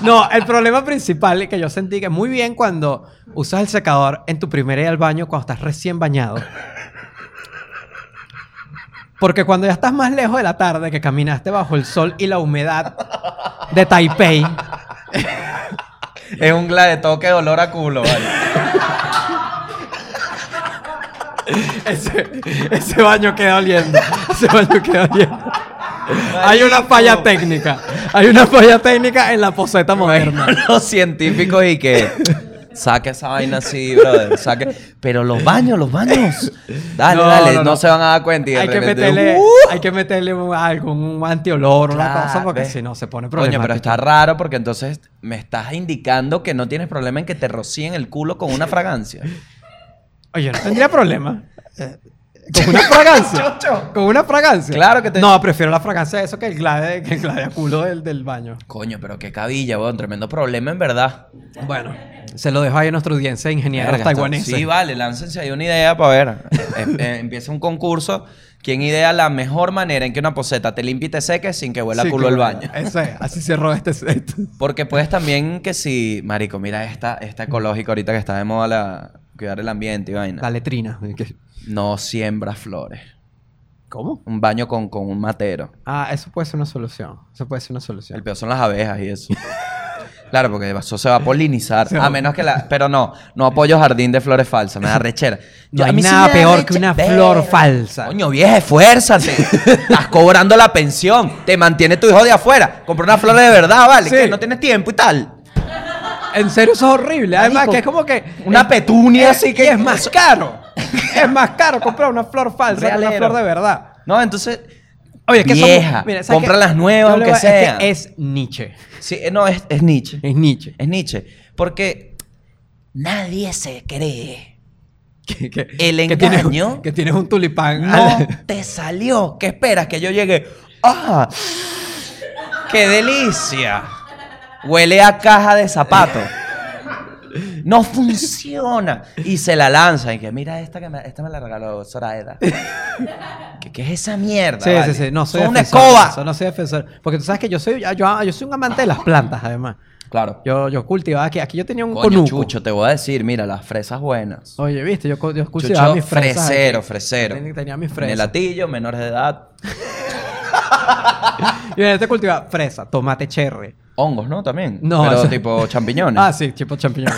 No, el problema principal que yo sentí que muy bien cuando usas el secador en tu primera ida al baño cuando estás recién bañado. Porque cuando ya estás más lejos de la tarde que caminaste bajo el sol y la humedad de Taipei,
<laughs> Es un gladetoque de olor a culo, vale.
ese, ese baño queda oliendo. Ese baño queda oliendo. Hay una falla técnica. Hay una falla técnica en la poseta moderna.
<laughs> Los científicos y que. Saque esa vaina así, brother. Saque. Pero los baños, los baños. Dale,
No,
dale,
no,
no,
no.
se van a dar cuenta. Y de
hay que
repente,
meterle,
¡uh!
hay que meterle un- algo, un antiolor, una
Claro,
cosa, porque
¿ves?
si no se pone
Coño,
problemático.
pero está raro porque entonces me estás indicando que no tienes problema en que te rocíen el culo con una fragancia. <laughs>
Oye, no tendría problema. Eh, Con una fragancia.
Chocho.
Con una fragancia.
Claro que te-
No, prefiero la fragancia de eso que el glade, que el gladeaculo del, del baño.
Coño, pero qué cabilla, weón. Tremendo problema, en verdad.
Bueno, se lo dejo ahí a nuestra audiencia de ingenieros
Verga,
taiwaneses.
está- Sí, vale, láncense ahí una idea para ver. Em- em- empieza un concurso. ¿Quién idea la mejor manera en que una poseta te limpie y te seque sin que huela
Sí,
culo el
claro.
baño?
Eso es, así cierro este set.
Porque puedes también que si, marico, mira esta, esta ecológica ahorita que está de moda la, cuidar el ambiente y vaina.
La letrina. ¿Qué?
No siembra flores.
¿Cómo?
Un baño con, con un matero.
Ah, eso puede ser una solución. Eso puede ser una solución.
El peor son las abejas y
<laughs>
eso. Claro, porque eso se va a polinizar.
Se va-
A menos que la. Pero no, no apoyo jardín de flores falsas. Me da rechera.
No
Yo- a
hay
mí sí
nada
me da
peor
reche-
que una
Verga.
flor falsa.
Coño, vieja, esfuérzate. Estás cobrando la pensión. Te mantiene tu hijo de afuera. Compra una flor de verdad, ¿vale?
Sí.
Que no tienes tiempo y tal.
En serio, eso es horrible. Además,
Marico,
que es como que.
Una petunia
así
así que.
es más
<laughs>
caro. es más caro comprar una flor falsa que una
Realero.
flor de verdad.
No, entonces.
Oye, que somos-
Vieja,
¿sabes
compra
qué?
las nuevas,
Yo le voy
aunque
a-
sea.
Es que es Nietzsche.
Sí, no, es, es Nietzsche.
Es Nietzsche. <laughs>
Es Nietzsche. Porque
Nadie se cree.
Que, que-
El
que tienes-
engaño-
Que tienes un tulipán. <laughs>
no te salió. ¿Qué esperas? Que yo llegue. ¡Ah! ¡Qué delicia! Huele a caja de zapato. No funciona. Y se la lanza. Y que mira esta que me, esta me la regaló <laughs> Zoraida. ¿Qué, qué es esa mierda?
Sí,
vale?
sí, sí. No soy
Son una
defensor de
escoba.
eso, no soy defensor. Porque tú sabes que yo soy, yo, yo soy un amante de las plantas, además.
Claro.
Yo, yo cultivaba aquí. Aquí yo tenía un
Coño,
conuco.
Chucho, te voy a decir, mira, las fresas buenas.
Oye, viste, yo, co- yo cultivaba
Chucho,
mis fresas.
fresero,
aquí.
fresero.
Tenía, tenía mis
En el
fresas.
latillo, menores de edad.
Yo en este cultivaba fresa, tomate cherry.
Hongos, ¿no? También.
No,
Pero
eso- <laughs>
tipo champiñones.
Ah, sí,
<laughs>
tipo champiñón.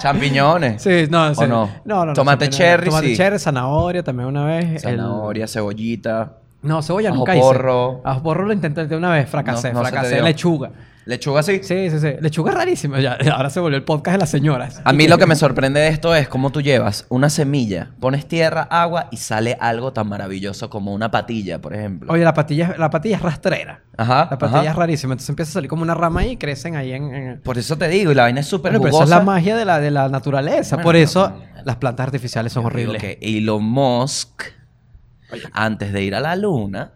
Champiñones.
Sí, no, sí.
¿O no?
no, no.
Tomate
champiñón.
cherry,
Tomate
sí.
cherry, zanahoria también una vez. el-
Zanahoria, cebollita.
No, cebolla
Ajo
nunca hice.
porro.
Ajo porro lo intenté una vez, fracasé,
No, no se te
fracasé.
dio.
Lechuga.
Lechuga así.
Sí, sí, sí. Lechuga es rarísima. Ya, <laughs> ahora se volvió el podcast de las señoras.
A mí lo que me sorprende de esto es cómo tú llevas una semilla, pones tierra, agua y sale algo tan maravilloso como una patilla, por ejemplo.
<laughs> Oye, la patilla, la patilla es rastrera.
Ajá.
La patilla es
ajá.
rarísima. Entonces empieza a salir como una rama ahí y crecen ahí en... en-
Por eso te digo, y la vaina es súper
Bueno, pero esa
jugosa.
es la magia de la, de la naturaleza.
Bueno,
Por
pero-
eso las plantas artificiales son
Yo digo
horribles.
Que Elon Musk, antes de ir a la luna,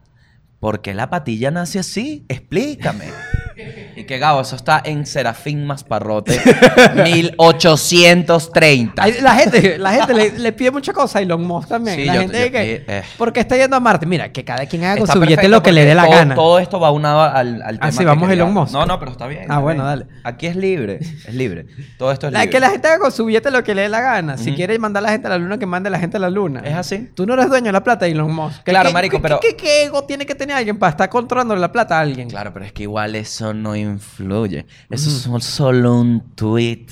¿por qué la patilla nace así? Explícame. y que Gabo, eso está en Serafín Masparrote, 1830.
Ay, la gente, la gente le, le pide muchas cosas a Elon Musk también.
Sí,
la
yo-
gente
yo-
dice que,
eh, eh.
¿por qué está yendo a Marte? Mira, que cada quien haga con
Está
su billete
perfecto
lo que le
porque
dé la
todo,
gana. Ah,
Todo esto va unado al, al tema.
sí,
que
vamos a
quería.
Elon Musk.
No, no, pero está bien.
Ah,
está
bueno,
bien.
dale.
Aquí es libre, es libre. Todo esto es
La,
libre.
que la gente haga con su billete lo que le dé la gana. Si quiere mandar a la gente a la luna, que mande a la gente a la luna.
¿Es así?
Tú no eres dueño de la plata, Elon Musk. ¿Qué-
Claro,
qué-
marico,
qué-
pero-
¿qué, qué ego tiene que tener alguien para estar controlando la plata a alguien?
Claro, pero es que igual eso no influye. Eso
Mm.
es sol- solo un tweet.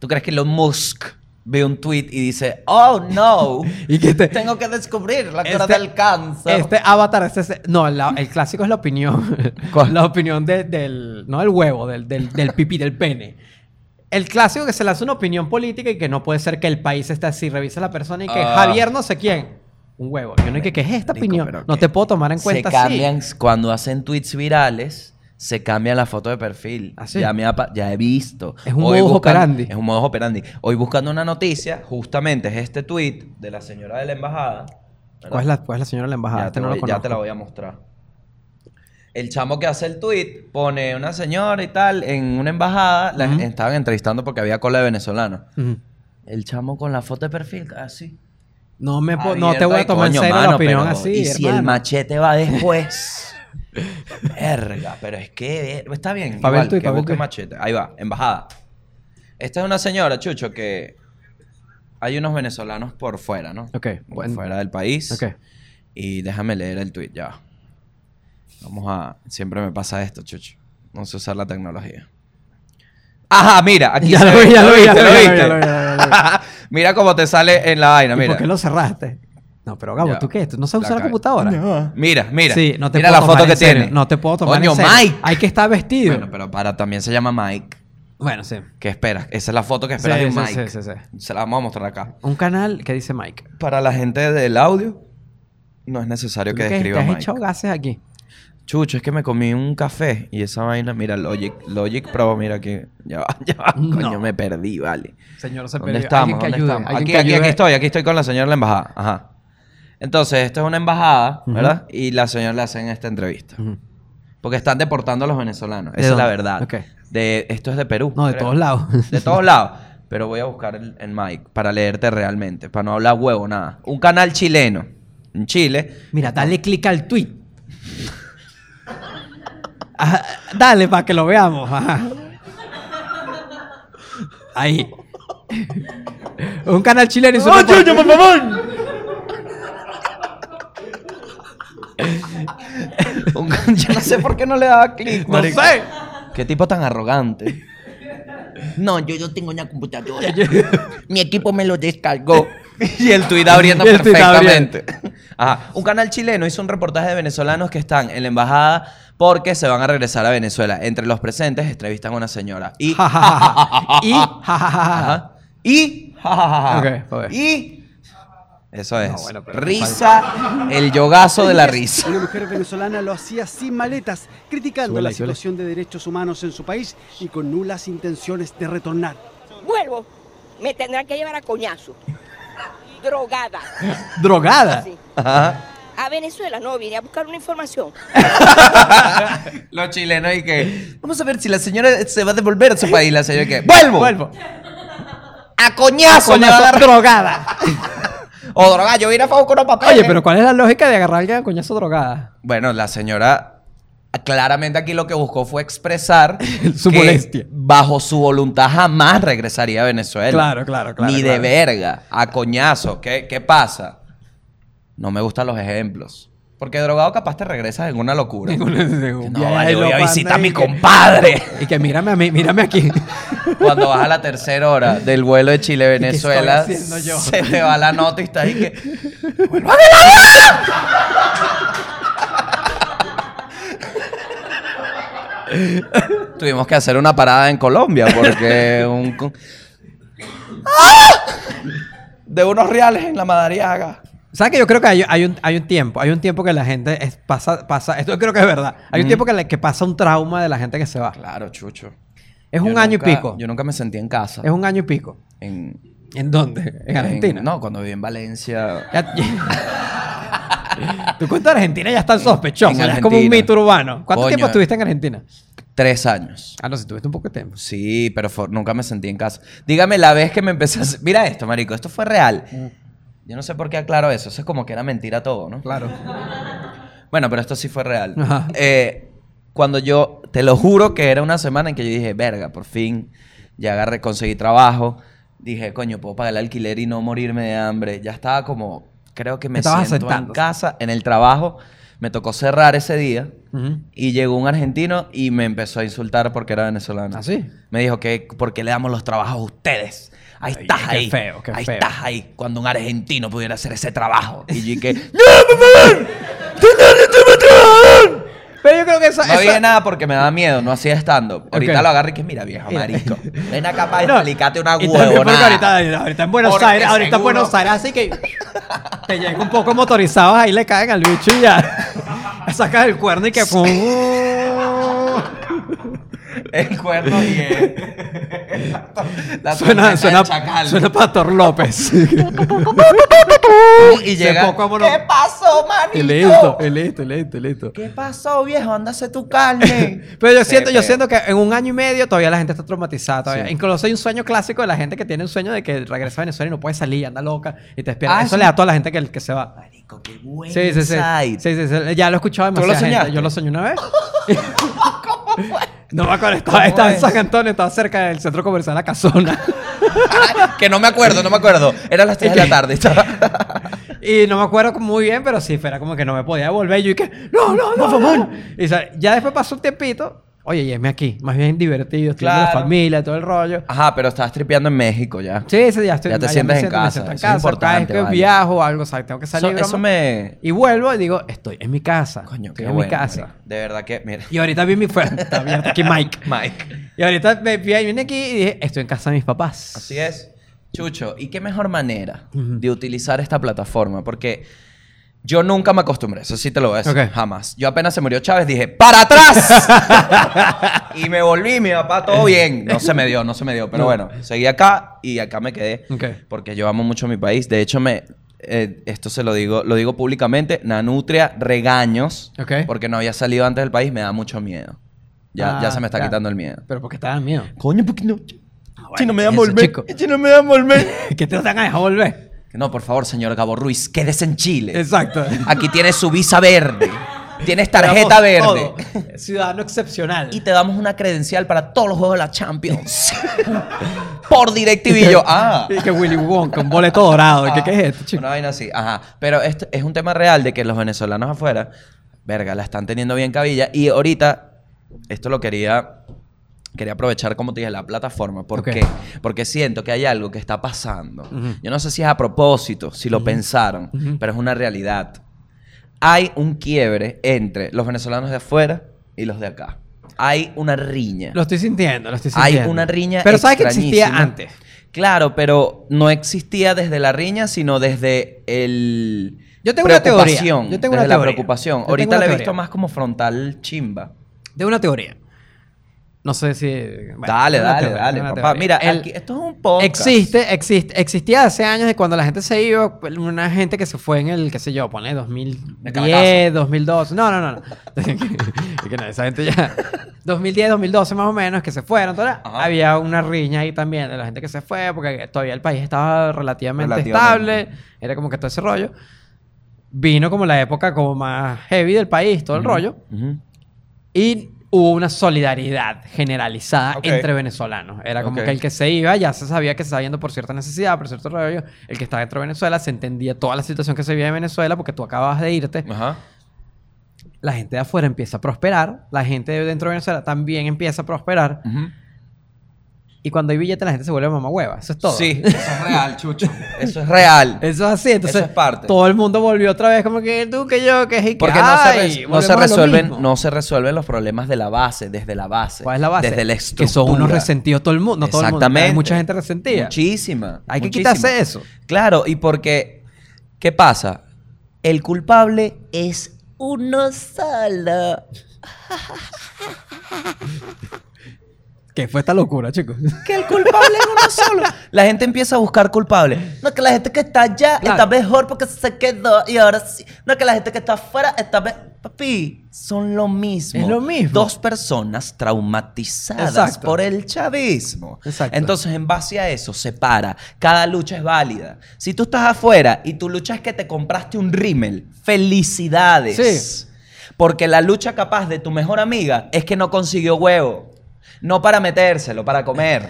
¿Tú crees que Elon Musk ve un tweet y dice, oh no,
<laughs> Y que este-
tengo que descubrir la cura
Este-
del cáncer?
Este avatar, este, este- no, la- el clásico es la opinión.
<laughs> ¿Cuál?
La opinión de- del, no del huevo, del, del, del pipí, del pene. El clásico que se lanza una opinión política y que no puede ser que el país esté así. Revisa la persona y que
Ah.
Javier no sé quién. Un huevo. Yo no que ¿qué es esta
Marico,
opinión?
pero
No
que
te puedo tomar en
se
cuenta así.
cambian, cuando hacen tweets virales, se cambia la foto de perfil.
¿Ah, sí?
ya, me ha pa- ya he visto.
Es un modus operandi.
Es un modo operandi. Hoy buscando una noticia, justamente es este tweet de la señora de la embajada. ¿verdad?
¿Cuál es, la, cuál es la señora de la embajada?
ya,
Este
te
no
voy-
lo
ya te la
conozco.
voy a mostrar. El chamo que hace el tweet pone una señora y tal en una embajada. La
Ujú.
estaban entrevistando porque había cola de venezolanos.
Ujú.
El chamo con la foto de perfil, así.
No, me po- no te voy a
Abierto,
tomar en
coño,
serio la
mano,
opinión
pero-
así.
Y si el
hermano.
machete va
<laughs>
después. Verga, pero es que ver- está bien.
Pa' ver
igual,
tú y
que
pa' ver
busque
tú.
machete. Ahí va, embajada. Esta es una señora, Chucho, que hay unos venezolanos por fuera, ¿no?
Ok,
Por
bueno.
fuera del país.
Ok.
Y déjame leer el tweet, ya. va. Vamos a. Siempre me pasa esto, Chucho. No sé usar la tecnología. Ajá, mira, aquí
<laughs> Ya
se
lo
ve,
vi, ya lo vi, ya
viste,
lo vi, ya lo vi,
viste.
ya lo vi, ya lo vi.
<laughs> Mira cómo te sale en la vaina,
¿Y
mira.
¿Por qué lo cerraste? No, pero Gabo,
Ya.
¿tú qué? ¿Tú no sabes
La
usar la
cagué.
computadora?
Mira, mira.
Sí, no te
mira la
puedo tomar
foto
en
que
serio.
tiene.
No te puedo tomar
Coño,
en serio.
Mike.
Hay que estar vestido.
Bueno, pero para también se llama Mike.
Bueno, sí.
¿Qué esperas? Esa es la foto que
Sí,
esperas de un
sí,
Mike.
sí, sí,
Se la vamos a mostrar acá.
Un canal que dice Mike.
Para la gente del audio, no es necesario
Tú
que
lo que
describa
te has
Mike.
echado gases aquí.
Chucho, es que me comí un café y esa vaina, mira, Logic, Logic Pro, mira que ya va, <laughs> ya va,
No.
coño, me perdí, vale.
Señor, se
¿Dónde
perdió.
estamos?
Alguien que
¿Dónde
ayude,
estamos?
alguien
Aquí,
que
aquí, aquí
ayude.
estoy, aquí estoy con la señora de la embajada. Ajá. Entonces, esto es una embajada, ¿verdad? Y la señora le hacen esta entrevista.
Ujú.
Porque están deportando a los venezolanos.
¿De
Esa es la
dónde?
verdad.
Ok.
De, esto es de Perú.
No, de
creo.
todos
<laughs>
lados. <laughs>
De todos lados. Pero voy a buscar el, el mic para leerte realmente, para no hablar huevo, nada. Un canal chileno en Chile.
Mira, dale clic al tweet. <laughs> Ajá, dale para que lo veamos. ajá. Ahí. <laughs> Un canal chileno hizo una ¡Ah, por-
por favor! Un can- Yo no sé por qué no le daba clic.
No
marico.
sé.
Qué tipo tan arrogante.
No, yo no tengo una
<laughs>
computadora. Mi equipo me lo descargó.
Y el tuit abriendo
Y el tuit
perfectamente. Ajá. Un canal chileno hizo un reportaje de venezolanos que están en la embajada porque se van a regresar a Venezuela. Entre los presentes entrevistan a una señora. Y.
<laughs> Ja, ja, ja,
<laughs>
ja. <laughs> Y ja,
Ajá. Y. ja, ja,
ja, ja, ja.
ja, ja.
Ok, joder.
Y. Eso es.
bueno, pero-
risa, el yogazo <laughs> de la risa.
Una mujer venezolana lo hacía sin maletas, criticando
Súbele,
la
súbele.
situación de derechos humanos en su país y con nulas intenciones de retornar.
vuelvo, me tendrán que llevar a coñazo. Drogada.
drogada.
así.
<laughs> Ajá.
A Venezuela, no, vine a buscar una información.
Los chilenos y <laughs> que. Vamos a ver si la señora se va a devolver a su país. La señora que. ¡Vuelvo!
Vuelvo.
¡A coñazo!
Coño,
le va a dar-
drogada.
O droga, yo voy a ir a favor con los papeles.
Oye, pero ¿cuál es la lógica de agarrar a alguien a
<laughs>
coñazo drogada?
Bueno, la señora claramente aquí lo que buscó fue expresar
<laughs> Su
que
molestia.
Bajo su voluntad jamás regresaría a Venezuela.
Claro, claro, claro,
Ni de
claro.
verga, a coñazo. ¿Qué, ¿Qué pasa? No me gustan los ejemplos. Porque drogado capaz te regresas en una locura. Que No, vale, voy a visitar a mi compadre.
Y que mírame a mí, mírame aquí. <laughs>
Cuando vas a la tercera hora del vuelo de Chile-Venezuela,
¿Qué estoy haciendo yo?
<laughs> se te va la nota y estás ahí que... <laughs> Tuvimos que hacer una parada en Colombia porque un... con- ¡Ah! De unos reales en la Madariaga.
¿Sabes que yo creo que hay, hay un, hay un tiempo? Hay un tiempo que la gente es- pasa, pasa, esto creo que es verdad. Hay
Mm.
un tiempo que, la- que pasa un trauma de la gente que se va.
Claro, chucho.
Es
Yo
un año y
nunca-
pico.
Yo nunca me sentí en casa.
Es un año y pico.
En,
¿En dónde? En Argentina.
no, cuando viví en Valencia.
Ya- <laughs> tu cuento de Argentina ya está sospechoso.
En
ya es como un
Argentina.
mito urbano. ¿Cuánto
Coño.
tiempo estuviste en Argentina?
Tres años.
Ah, no, si tuviste un poco de tiempo.
Sí, pero fue- nunca me sentí en casa. Dígame la vez que me empecé a... se- Mira esto, marico, esto fue real. Yo no sé por qué aclaro eso. Eso es como que era mentira todo, ¿no?
Mm. Claro.
Bueno, pero esto sí fue real.
Ajá.
Eh, cuando yo... Te lo juro que era una semana en que yo dije, verga, por fin. Ya agarré, conseguí trabajo. Dije, coño, puedo pagar el alquiler y no morirme de hambre. Ya estaba como... Creo que me
Estabas
siento en
aceptando.
casa, en el trabajo. Me tocó cerrar ese día. Y llegó un argentino y me empezó a insultar porque era venezolano.
¿Ah, sí?
Me dijo que ¿por qué le damos los trabajos a ustedes? Ahí
Ay,
estás
qué
ahí.
feo, qué
ahí
feo.
estás ahí. Cuando un argentino pudiera hacer ese trabajo. Y yo y
<laughs>
que
Pero yo creo que esa.
no
esa-
había nada porque me daba miedo, no hacía stand-up. Ahorita
Ok.
lo agarré y que mira, viejo
Mira.
marico. Ven acá para
<laughs> No.
explicarte una
Y también porque
<laughs> huevonada.
ahorita, ahorita en Buenos
Porque
Aires, ahorita en
seguro-
Buenos Aires, así que te llega un poco motorizado, ahí le caen al bicho y ya. <laughs> Sacas el cuerno y que pum.
El cuerno y
<laughs>
el... La
suena,
trompeta
suena,
del chacal.
suena Pastor López. <laughs>
y
Se
llega.
poco a mono-
¿Qué pasó,
y
manito?
listo, y listo, y listo, y listo.
¿Qué pasó, viejo? Ándase tu carne.
<laughs> Pero yo
Sí,
siento, yo
feo.
siento que en un año y medio todavía la gente está traumatizada. Todavía.
Sí.
Incluso hay un sueño clásico de la gente que tiene un sueño de que regresa a Venezuela y no puede salir, anda loca y te despierta.
Ah,
Eso
sí.
le da a toda la gente que, que se va.
Marico, qué buen
Sí, sí, sí.
insight.
Sí, sí, sí. Ya lo he escuchado
¿Tú lo
demasiado.
soñaste?
Yo lo soñé
<laughs>
una vez. No me acuerdo, estaba, estaba en
es?
San Antonio, estaba cerca del centro comercial La Casona.
que no me acuerdo, no me acuerdo. Era las 3 de la tarde.
y no me acuerdo como muy bien, pero sí, era como que no me podía devolver. Y yo, y que, no, no, no, no. Y sa- ya después pasó un tiempito. Oye, y esme aquí, más bien divertido, estoy con
Claro.
la familia, todo el rollo.
<laughs> Ajá, pero estabas tripeando en México ya.
Sí, ese ya estoy.
Ya te
me
sientes en
siento-
casa,
Me siento en
eso es
casa. Cada vez
importante,
que
vale.
viajo o algo, o sea, tengo que
Eso,
salir.
eso
broma.
me.
Y vuelvo y digo, estoy en mi casa.
Coño, qué
estoy en
bueno,
mi casa.
marico. De verdad que, mira.
Y ahorita vi mi fuerte. Está abierto aquí Mike.
<laughs> Mike.
Y ahorita me vi- vine aquí y dije, estoy en casa de mis papás.
Así es. Chucho, ¿y qué mejor manera de utilizar esta plataforma? Porque Yo nunca me acostumbré, eso sí te lo voy a decir.
Ok.
Jamás. Yo apenas se murió Chávez dije, ¡para atrás!
<laughs>
y me volví, mi papá, todo bien. No se me dio, no se me dio. Pero bueno, seguí acá y acá me quedé.
Ok.
Porque yo amo mucho mi país. De hecho, me, eh, esto se lo digo, lo digo públicamente. Nanutria, regaños.
Ok.
Porque no había salido antes del país, me da mucho miedo. Ya, ya
Ah,
se me está
ya.
quitando el miedo.
Pero porque te dan miedo. <laughs>
Coño, ¿por qué no? si no me da
eso,
volver.
chico.
Si no me da volver.
que te van a dejar volver.
No, por favor, señor Gabo Ruiz, quédese en Chile.
Exacto.
Aquí tienes su visa verde. Tienes <laughs> tarjeta
Hagamos
verde.
todo. <laughs> Ciudadano excepcional.
Y te damos una credencial para todos los juegos de la Champions. <laughs> Por DirecTV. Yo, ah.
Y que Willy Wonka, un boleto dorado. ¿Qué, qué es esto, chico?
Una vaina así. Ajá. Pero esto es un tema real de que los venezolanos afuera, verga, la están teniendo bien cabilla. Y ahorita, esto lo quería. Quería aprovechar, como te dije, la plataforma. ¿Por
Ok.
qué? Porque siento que hay algo que está pasando. Yo no sé si es a propósito, si lo pensaron, pero es una realidad. Hay un quiebre entre los venezolanos de afuera y los de acá. Hay una riña.
Lo estoy sintiendo, lo estoy
Hay
sintiendo.
una riña.
Pero sabes que existía
extrañísima.
antes.
Claro, pero no existía desde la riña, sino desde el.
Yo tengo una teoría,
preocupación,
yo tengo una
desde la
teoría,
preocupación.
yo tengo
Ahorita
una
la he
teoría.
visto más como frontal chimba.
De una teoría. No sé si. bueno,
dale,
una
dale,
teoría,
dale,
una
papá.
teoría.
Mira,
El-
aquí- esto es un podcast.
Existe, existe, existía hace años de cuando la gente se iba, pues, una gente que se fue en el, qué sé yo, ponle
De Caracazo.
2010, 2012, no, no, no, <laughs> no. Es que no, esa gente ya, <laughs> 2010, 2012 más o menos, que se fueron, toda la-
Ajá.
había una riña ahí también de la gente que se fue, porque todavía el país estaba relativamente,
Relativamente.
estable, era como que todo ese rollo. Vino como la época como más heavy del país, todo el rollo.
Ujú.
Y hubo una solidaridad generalizada
Ok.
entre venezolanos. Era como
Ok.
que el que se iba ya se sabía que se estaba yendo por cierta necesidad, por cierto rollo. El que estaba dentro de Venezuela se entendía toda la situación que se vivía en Venezuela porque tú acababas de irte.
Ajá.
La gente de afuera empieza a prosperar. La gente de dentro de Venezuela también empieza a prosperar.
Ujú.
Y cuando hay billete, la gente se vuelve mamá hueva. Eso es todo.
Sí, eso es real, chucho. Eso es real.
Eso <laughs> es así, entonces
Eso es parte.
todo el mundo volvió otra vez como que tú, que yo, que es y que
Porque no se,
ay,
res- no,
volvemos
se
a lo
resuelven,
mismo.
no se resuelven los problemas de la base, desde la base.
¿Cuál es la base?
Desde la
Que
estructura.
son unos resentidos todo el mundo. No todo el mundo. pero hay
Exactamente.
mucha gente resentida.
Muchísima.
Hay que
muchísima.
quitarse eso.
Claro, y porque, ¿qué pasa? El culpable
Es uno solo.
Que fue esta locura, chicos.
que el culpable es uno solo. <laughs> La gente empieza a buscar culpables. No, que la gente que está allá
Claro.
está mejor porque se quedó y ahora sí. No, que la gente que está afuera está mejor. Papi, son lo mismo.
Es lo mismo.
Dos personas traumatizadas
Exacto.
por el chavismo.
Exacto.
Entonces, en base a eso, se para. Cada lucha es válida. Si tú estás afuera y tu lucha es que te compraste un rímel, felicidades. Porque la lucha capaz de tu mejor amiga es que no consiguió huevo. No para metérselo, para comer.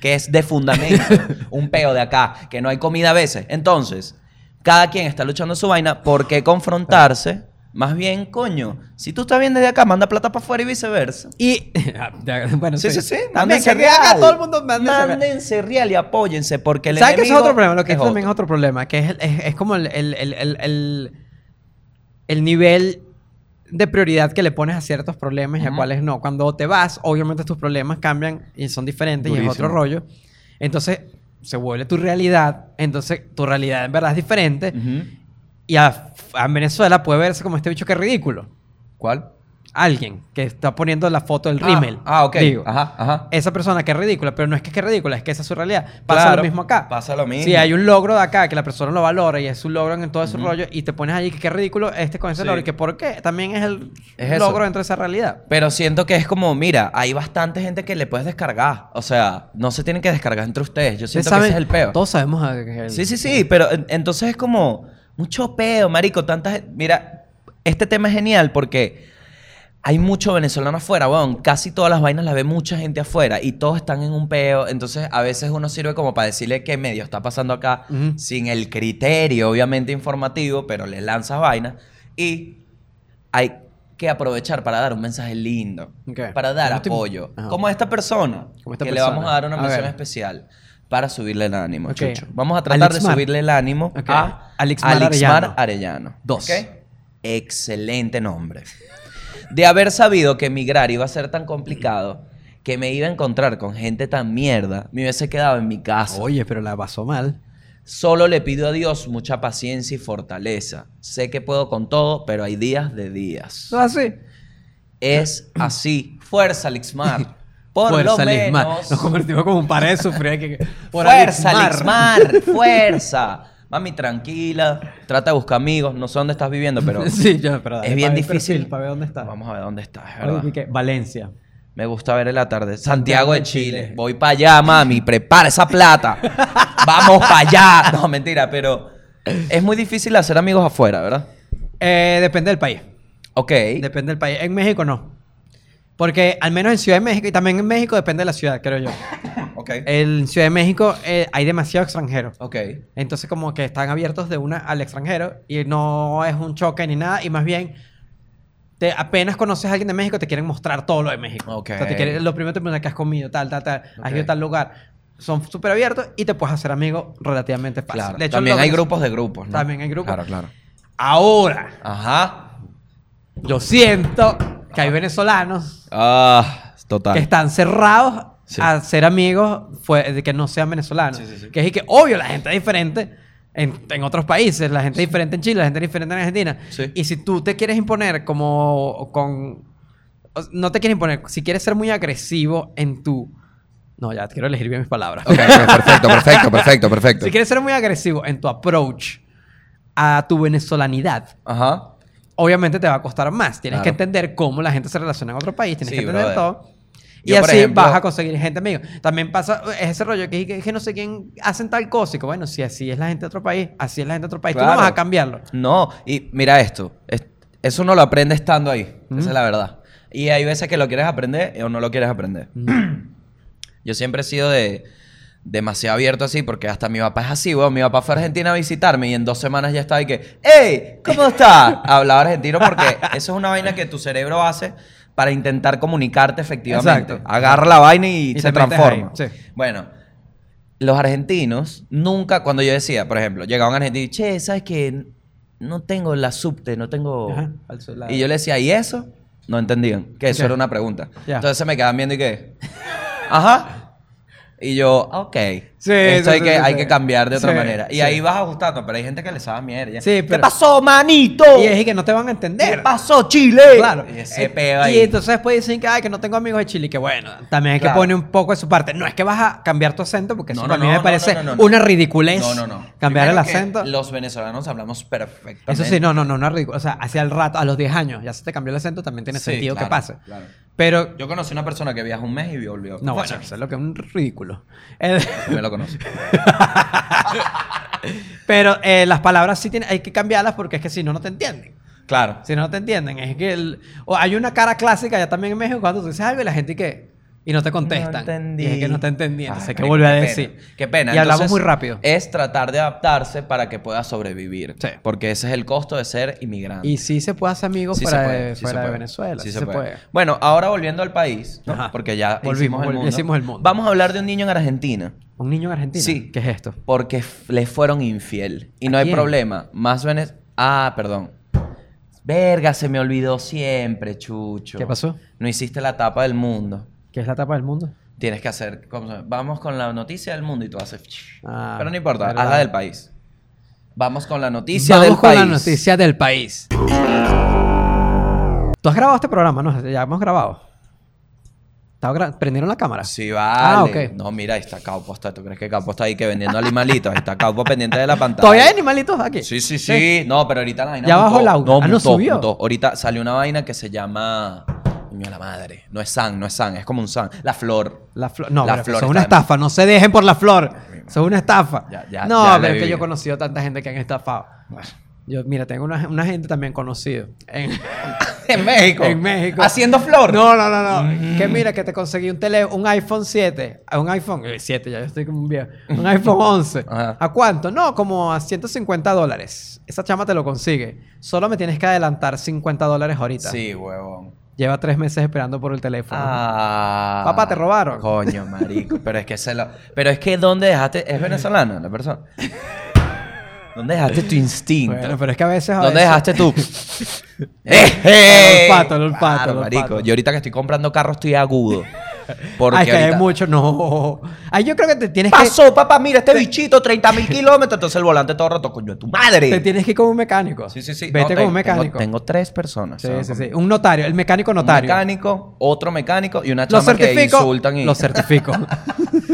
Que es de fundamento. un peo de acá. Que no hay comida a veces. Entonces, cada quien está luchando su vaina. ¿Por qué confrontarse? Más bien, coño. Si tú estás bien desde acá, manda plata para afuera y viceversa.
<laughs> Y. ah, bueno,
Sí, sí, sí.
También
Mándense
que
real.
haga todo el mundo mándense real.
Mándense real y apóyense porque el
¿Sabes que ese es
enemigo
otro problema? Lo que es también es
otro.
otro problema, que es, el- es- es como el, el- el- el- el- el nivel de prioridad que le pones a ciertos problemas y a
Ujú.
cuáles no. Cuando te vas, obviamente tus problemas cambian y son diferentes y es
Durísimo.
otro rollo. Entonces, se vuelve tu realidad. Entonces, tu realidad en verdad es diferente.
Ujú.
Y a, a Venezuela puede verse como este bicho que es ridículo.
¿Cuál?
Alguien que está poniendo la foto del rímel.
Ah, ok.
digo.
Ajá, ajá.
esa persona que es ridícula, pero no es que es ridícula, es que esa es su realidad. Pasa
Claro,
lo mismo acá.
pasa lo mismo.
Si hay un logro de acá que la persona lo valora y es su logro en todo ese rollo y te pones allí que qué ridículo este con ese
Sí.
logro y que por qué también es el
Es eso.
logro dentro de esa realidad.
Pero siento que es como, mira, hay bastante gente que le puedes descargar. O sea, no se tienen que descargar entre ustedes. Yo siento
Ustedes
que ese es
saben-
el peor.
Todos sabemos a- que el-
Sí, sí, sí, pero en- entonces es como mucho peo, marico, tantas... Mira, este tema es genial porque hay mucho venezolano afuera, weón. Casi todas las vainas las ve mucha gente afuera y todos están en un peo. Entonces a veces uno sirve como para decirle qué medio está pasando acá
Ujú.
sin el criterio, obviamente, informativo, pero le lanzas vainas y hay que aprovechar para dar un mensaje lindo,
Ok.
para dar
Yo estoy-
apoyo.
Ajá.
Como esta persona,
Como esta
que le
persona.
vamos a dar una
A
mención
ver.
especial para subirle el ánimo,
Ok.
Chucho. Vamos a tratar
Alex
de
Mar.
subirle el ánimo
Ok.
a
Alex Mar Arellano.
Arellano.
Dos.
¿Ok? Excelente nombre. De haber sabido que emigrar iba a ser tan complicado, que me iba a encontrar con gente tan mierda, me hubiese quedado en mi casa.
Oye, pero la pasó mal.
Solo le pido a Dios mucha paciencia y fortaleza. Sé que puedo con todo, pero hay días de días.
¿No es así?
Es así. Fuerza,
<laughs>
Lixmar. Por lo
Lix
menos.
Mar. Nos convertimos como un par de sufrir.
<laughs>
hay que- Por
fuerza,
Lix Mar.
Lixmar. Fuerza. Mami, tranquila. Trata de buscar amigos. No sé dónde estás viviendo, pero
<laughs> <laughs> sí, yo, pero dale,
es bien
pa' ver el
difícil.
perfil, para ver dónde está.
Vamos a ver dónde está, es
Oye,
verdad.
Quique, Valencia.
Me gusta ver el atardecer. Santiago de
de Chile.
Chile. Voy para allá, mami. Prepara esa
<laughs>
plata. Vamos para allá. No, mentira, pero es muy difícil hacer amigos afuera, ¿verdad?
Eh, depende del país.
Ok.
Depende del país. En México no. Porque al menos en Ciudad de México, y también en México depende de la ciudad,
<laughs>
creo yo.
ok.
En Ciudad de México eh, hay demasiado extranjero.
ok.
Entonces como que están abiertos de una al extranjero y no es un choque ni nada. Y más bien, te, apenas conoces a alguien de México, te quieren mostrar todo lo de México.
Ok.
O sea, te quieren, lo primero te preguntan qué has comido, tal, tal, tal. Has
Ok.
ido a tal lugar. Son súper abiertos y te puedes hacer amigo relativamente fácil.
Claro.
De hecho,
También
lo-
hay grupos de grupos, ¿no?
También hay grupos.
Claro, claro.
Ahora,
Ajá.
yo siento que hay venezolanos
Ah, total.
que están cerrados
Sí.
a ser amigos fue, de que no sean venezolanos. Que es y que, obvio, la gente es diferente en, en otros países, la gente es diferente en Chile, la gente es diferente en Argentina.
Sí.
Y si tú te quieres imponer como con... o s- No te quieres imponer, si quieres ser muy agresivo en tu... No, ya, quiero elegir bien mis palabras.
Ok, ok, perfecto, perfecto, perfecto, perfecto.
Si quieres ser muy agresivo en tu approach a tu venezolanidad,
Ajá.
obviamente te va a costar más. Tienes
Claro.
que entender cómo la gente se relaciona en otro país, tienes
Sí,
que entender
brother.
todo. Y
Yo, por
así
ejemplo-
vas a conseguir gente amiga. También pasa eh, es ese rollo que, que, que no sé quién hacen tal cosa. Y que bueno, si así es la gente de otro país, así es la gente de otro país. Tú
Claro.
no vas a cambiarlo.
No, y mira esto. es- eso no lo aprende estando ahí. Esa es la verdad. Y hay veces que lo quieres aprender o no lo quieres aprender. <clears throat> Yo siempre he sido de demasiado abierto así porque hasta mi papá es así, weón. Mi papá fue a Argentina a visitarme y en dos semanas ya estaba y que, ¡Ey! ¿Cómo estás? Hablaba argentino porque eso es una vaina que tu cerebro hace para intentar comunicarte efectivamente.
Exacto.
Agarra la vaina y,
te
se
metes
transforma.
ahí, sí.
Bueno, los argentinos nunca, cuando yo decía, por ejemplo, llegaban argentinos, che, ¿sabes qué? No tengo la subte, no tengo...
Ajá, al su- la-
Y yo le decía, ¿y eso? No entendían, que eso
Ok.
era una pregunta.
Ya.
Entonces me quedaban viendo y que, ajá. Y yo, ah, ok.
Sí,
Esto
sí,
hay,
sí,
que,
sí,
hay
sí.
que cambiar de otra
Sí,
manera. Y
sí.
ahí vas ajustando, pero hay gente que le sabe mierda. ya.
Sí,
¿Qué
pero-
pasó, manito?
Y es y que no te van a entender.
¿Qué pasó, Chile?
Claro.
Y ese
Eh,
peo
Y
ahí.
entonces después dicen que, ay, que no tengo amigos de Chile. Y que bueno, también hay
Claro.
que poner un poco de su parte. No es que vas a cambiar tu acento, porque
No,
eso
no,
a mí
no,
me
no,
parece
no, no, no.
una ridiculez.
no, no, no.
Cambiar el
Primero que
acento.
Los venezolanos hablamos perfectamente.
Eso sí, no, no, no, no es ridículo. O sea, hacia el rato, a los 10 años, ya se te cambió el acento, también tiene
Sí,
sentido
claro,
que pase.
claro.
Pero,
Yo conocí una persona que viajó un mes y volvió.
no, bueno, eso es lo que es un ridículo. El- <laughs>
Me lo conoce.
pero eh, las palabras sí tienen, hay que cambiarlas porque es que si no, no te entienden.
Claro.
Si no, no te entienden. Es que el- o hay una cara clásica ya también en México cuando tú dices algo y la gente que. Y no te contestan.
No entendí.
Y es que no te entendí. Entonces
Ay,
hay que
marico,
volver a
qué
decir.
pena, Qué pena.
Y hablamos
Entonces, eh,
muy rápido.
Es tratar de adaptarse para que pueda sobrevivir.
Sí.
Porque ese es el costo de ser inmigrante.
Y sí se puede hacer amigos
Sí se
fuera,
puede,
de,
sí se
fuera de
puede.
Venezuela.
Sí se puede. Bueno, ahora volviendo al país, ¿no?
Ajá.
porque ya
Volvimos,
hicimos el
volvi-
mundo.
hicimos el mundo.
Vamos a hablar de un niño en Argentina.
Un niño en Argentina.
Sí.
¿Qué es esto?
Porque f- le fueron infiel. Y no
¿A
hay
quién?
problema. Más Venez... Ah, perdón. Verga, se me olvidó siempre, Chucho.
¿Qué pasó?
No hiciste la tapa del mundo.
¿Qué es la tapa del mundo?
Tienes que hacer, ¿cómo se llama? vamos con la noticia del mundo y tú haces...
Ah,
pero no importa,
verdad.
haz la del país. Vamos con la noticia
Vamos
del
con
país.
la noticia del país. Tú has grabado este programa, ¿no? Ya hemos grabado. Estaba gra- ¿Prendieron la cámara?
Sí, vale.
Ah, ok.
No, mira, ahí está Caupo. Está, ¿Tú crees que Caupo está ahí que vendiendo animalitos? Ahí está Caupo pendiente de la pantalla.
¿Todavía hay animalitos aquí?
Sí, sí, sí. No, pero ahorita la vaina.
Ya
mutó.
bajó el audio.
No,
Ah, no
mutó,
subió.
mutó. Ahorita salió una vaina que se llama. Coño de la madre. No es san, no es san, es como un san. La flor.
La flor. No,
La
pero
flor
eso es una
está de-
estafa. No se dejen por la flor. Eso es una estafa.
Ya, ya,
no,
ya la he
pero es que yo
vivido.
he conocido tanta gente que han estafado. Yo, mira, tengo una, una gente también conocida. En,
<laughs> En México.
<laughs> en México.
Haciendo flor.
No, no, no, no.
Mm.
Que mira, que te conseguí un tele, un iPhone 7. a Un iPhone eh, 7, ya yo estoy como un viejo. Un
<laughs>
iPhone 11.
Ajá.
¿A cuánto? No, como a 150 dólares. Esa chama te lo consigue. Solo me tienes que adelantar 50 dólares ahorita.
Sí, huevón.
Lleva tres meses esperando por el teléfono.
Ah.
Papá, te robaron.
Coño, marico. Pero es que se lo. Pero es que ¿dónde dejaste? Es venezolana la persona. ¿Dónde dejaste tu instinto?
Bueno, pero es que a veces. a
¿Dónde
veces-
dejaste
<laughs>
tú? ¡Eh!
El olfato, el olfato, el olfato.
Marico, yo ahorita que estoy comprando carro estoy agudo. Porque
Ay, que hay
ahorita-
mucho, no. Ahí yo creo que te tienes que.
Pasó, papá, mira este bichito, 30 mil kilómetros. Entonces el volante todo roto, coño, de tu madre.
Te tienes que ir con un mecánico.
Sí, sí, sí.
Vete
No,
con
te-
un mecánico.
Tengo, tengo tres personas.
Sí,
¿sabes?
sí, sí. Un notario, el mecánico
Un
notario.
mecánico, otro mecánico y una
Lo
chama que
certifico.
insultan. Y... <laughs>
Lo certifico.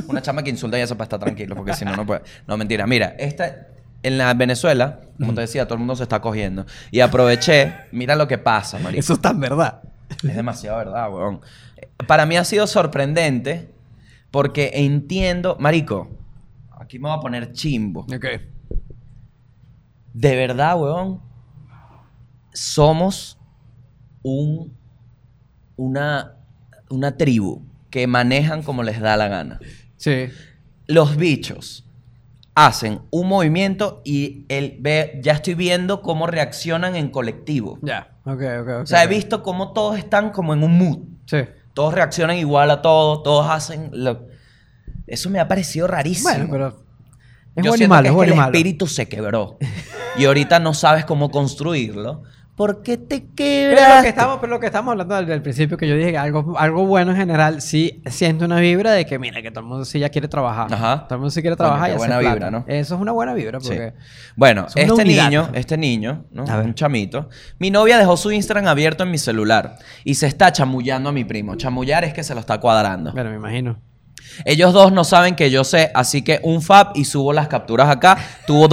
Una chama que insulta y eso para estar tranquilo, porque si no, no puede. No, mentira. Mira, esta, en la Venezuela, como te decía, todo el mundo se está cogiendo. Y aproveché, mira lo que pasa, marico.
<laughs> Eso es tan verdad.
Es demasiado verdad, weón. Para mí ha sido sorprendente porque entiendo, marico, aquí me voy a poner chimbo.
Ok.
De verdad, weón, somos un, una, una tribu que manejan como les da la gana.
Sí.
los bichos hacen un movimiento y el ve, ya estoy viendo cómo reaccionan en colectivo.
Ya. Ok, ok, ok.
O sea, he
ok.
visto cómo todos están como en un mood.
Sí.
Todos reaccionan igual a todo, todos hacen lo... Eso me ha parecido rarísimo.
Bueno, pero. Es
Yo
bueno y
siento
malo,
que
es
que
bueno y
el
malo.
espíritu se quebró. Y ahorita no sabes cómo construirlo. ¿Por qué te quebras?
Pero lo que estamos, pero lo que estamos hablando desde el principio, que yo dije que algo, algo bueno en general, sí siento una vibra de que, mira, que todo el mundo sí ya quiere trabajar.
Ajá.
Todo el mundo sí quiere
Coño,
trabajar
qué
y hacer
buena
plata.
vibra, ¿no?
Eso es una buena vibra
Sí.
porque...
Bueno,
Es una
este
unidad.
niño, este niño, ¿no?
A ver.
un chamito, mi novia dejó su Instagram abierto en mi celular y se está chamullando a mi primo. Chamullar es que se lo está cuadrando.
Bueno, me imagino.
Ellos dos no saben que yo sé, así que un fab y subo las capturas acá. Tuvo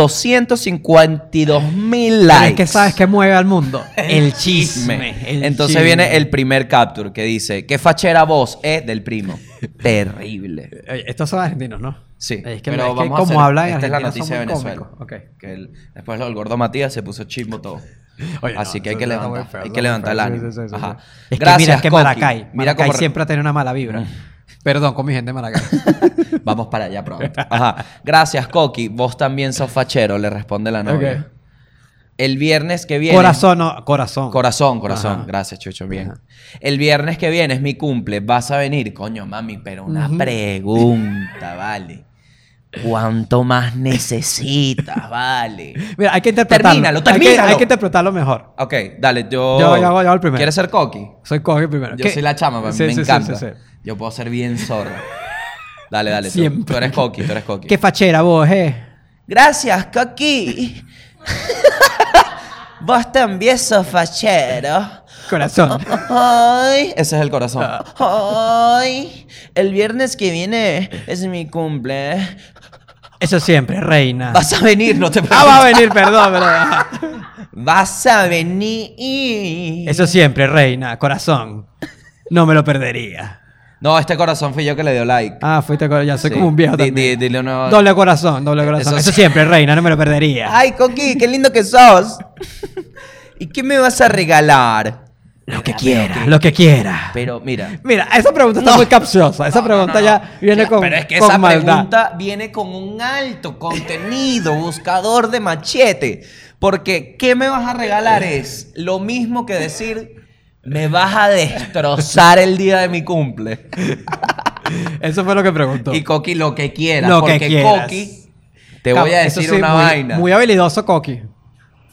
252 mil
Pero
likes.
Es que sabes que mueve
<laughs>
al mundo. El chisme. el
Entonces
chisme.
viene el primer capture que dice, ¿qué fachera vos es del primo?
<laughs>
Terrible.
Oye, Eh, estos son argentinos, ¿no?
Sí,
Es que,
pero
es que
vamos a
como
hacer-
hablan en
esta es la
Argentina
noticia de
son muy
Venezuela.
cómicos. Ok.
Que el- después lo del gordo Matías se puso chismo todo.
<laughs> Oye, no,
Así que hay
eso
que
está muy
levantar,
feo,
hay
está
que
muy
levantar el
feo.
ánimo.
Sí, sí, sí, sí.
Ajá.
Es que mira,
Gracias,
es que
Coqui.
Maracay.
Mira
Maracay
cómo-
siempre <laughs> ha tenido una mala
<laughs>
vibra. Perdón con mi gente de <laughs> Maracay.
Vamos para allá pronto. Ajá. Gracias, Coqui. Vos también sos fachero, le responde la novia.
Ok.
El viernes que viene...
Corazón, no, corazón.
Corazón, corazón.
Ajá.
Gracias, Chucho. Bien.
Ajá.
El viernes que viene es mi cumple. Vas a venir, coño, mami, pero una
Ujú.
pregunta, vale. ¿Cuánto más
<laughs>
necesitas, vale?
Mira, hay que interpretarlo.
Termínalo,
Hay que- Hay que,
termínalo.
interpretarlo mejor.
Ok, dale, yo.
Yo- yo hago- yo hago el primero.
¿Quieres ser coqui?
Soy coge primero.
Yo
¿Qué?
soy la chama, me,
Sí,
me
sí, sí,
encanta.
sí, sí.
Yo puedo ser bien zorro. Dale, dale. tú. Tú,
Siempre.
eres coqui, tú eres coqui.
Qué fachera vos, eh.
Gracias,
<laughs>
coqui. Vos también sos fachero. <laughs>
Corazón.
Ay, ese es el corazón. Ay, el viernes que viene es mi cumple.
Eso siempre, reina.
Vas Ah. a venir, no te
<laughs> Ah, va a venir, perdón, pero.
Vas a venir.
Eso siempre, reina, corazón. No me lo perdería.
No, este corazón fui yo que le dio like.
Ah, fuiste corazón. Ya soy
Sí.
como un viejo
Di-
también.
di- dile una-
Doble corazón, doble corazón.
Eso
Eso,
sí. Ah,
siempre, reina, no me lo perdería.
Ay, Coqui, qué lindo que sos. ¿Y qué me vas a regalar?
lo que quiera, lo que quiera.
Pero mira.
Mira, esa pregunta está muy capciosa. Esa pregunta ya viene con,
Pero es que
con
esa
maldad.
pregunta viene con un alto contenido, buscador de machete. Porque ¿qué me vas a regalar? Es lo mismo que decir, me vas a destrozar el día de mi cumple.
Eso fue lo que preguntó.
Y Coqui, lo que quieras.
Lo que
porque
quieras.
Coqui, te voy a
Eso
decir
sí,
una
muy-
vaina.
Muy habilidoso, Coqui.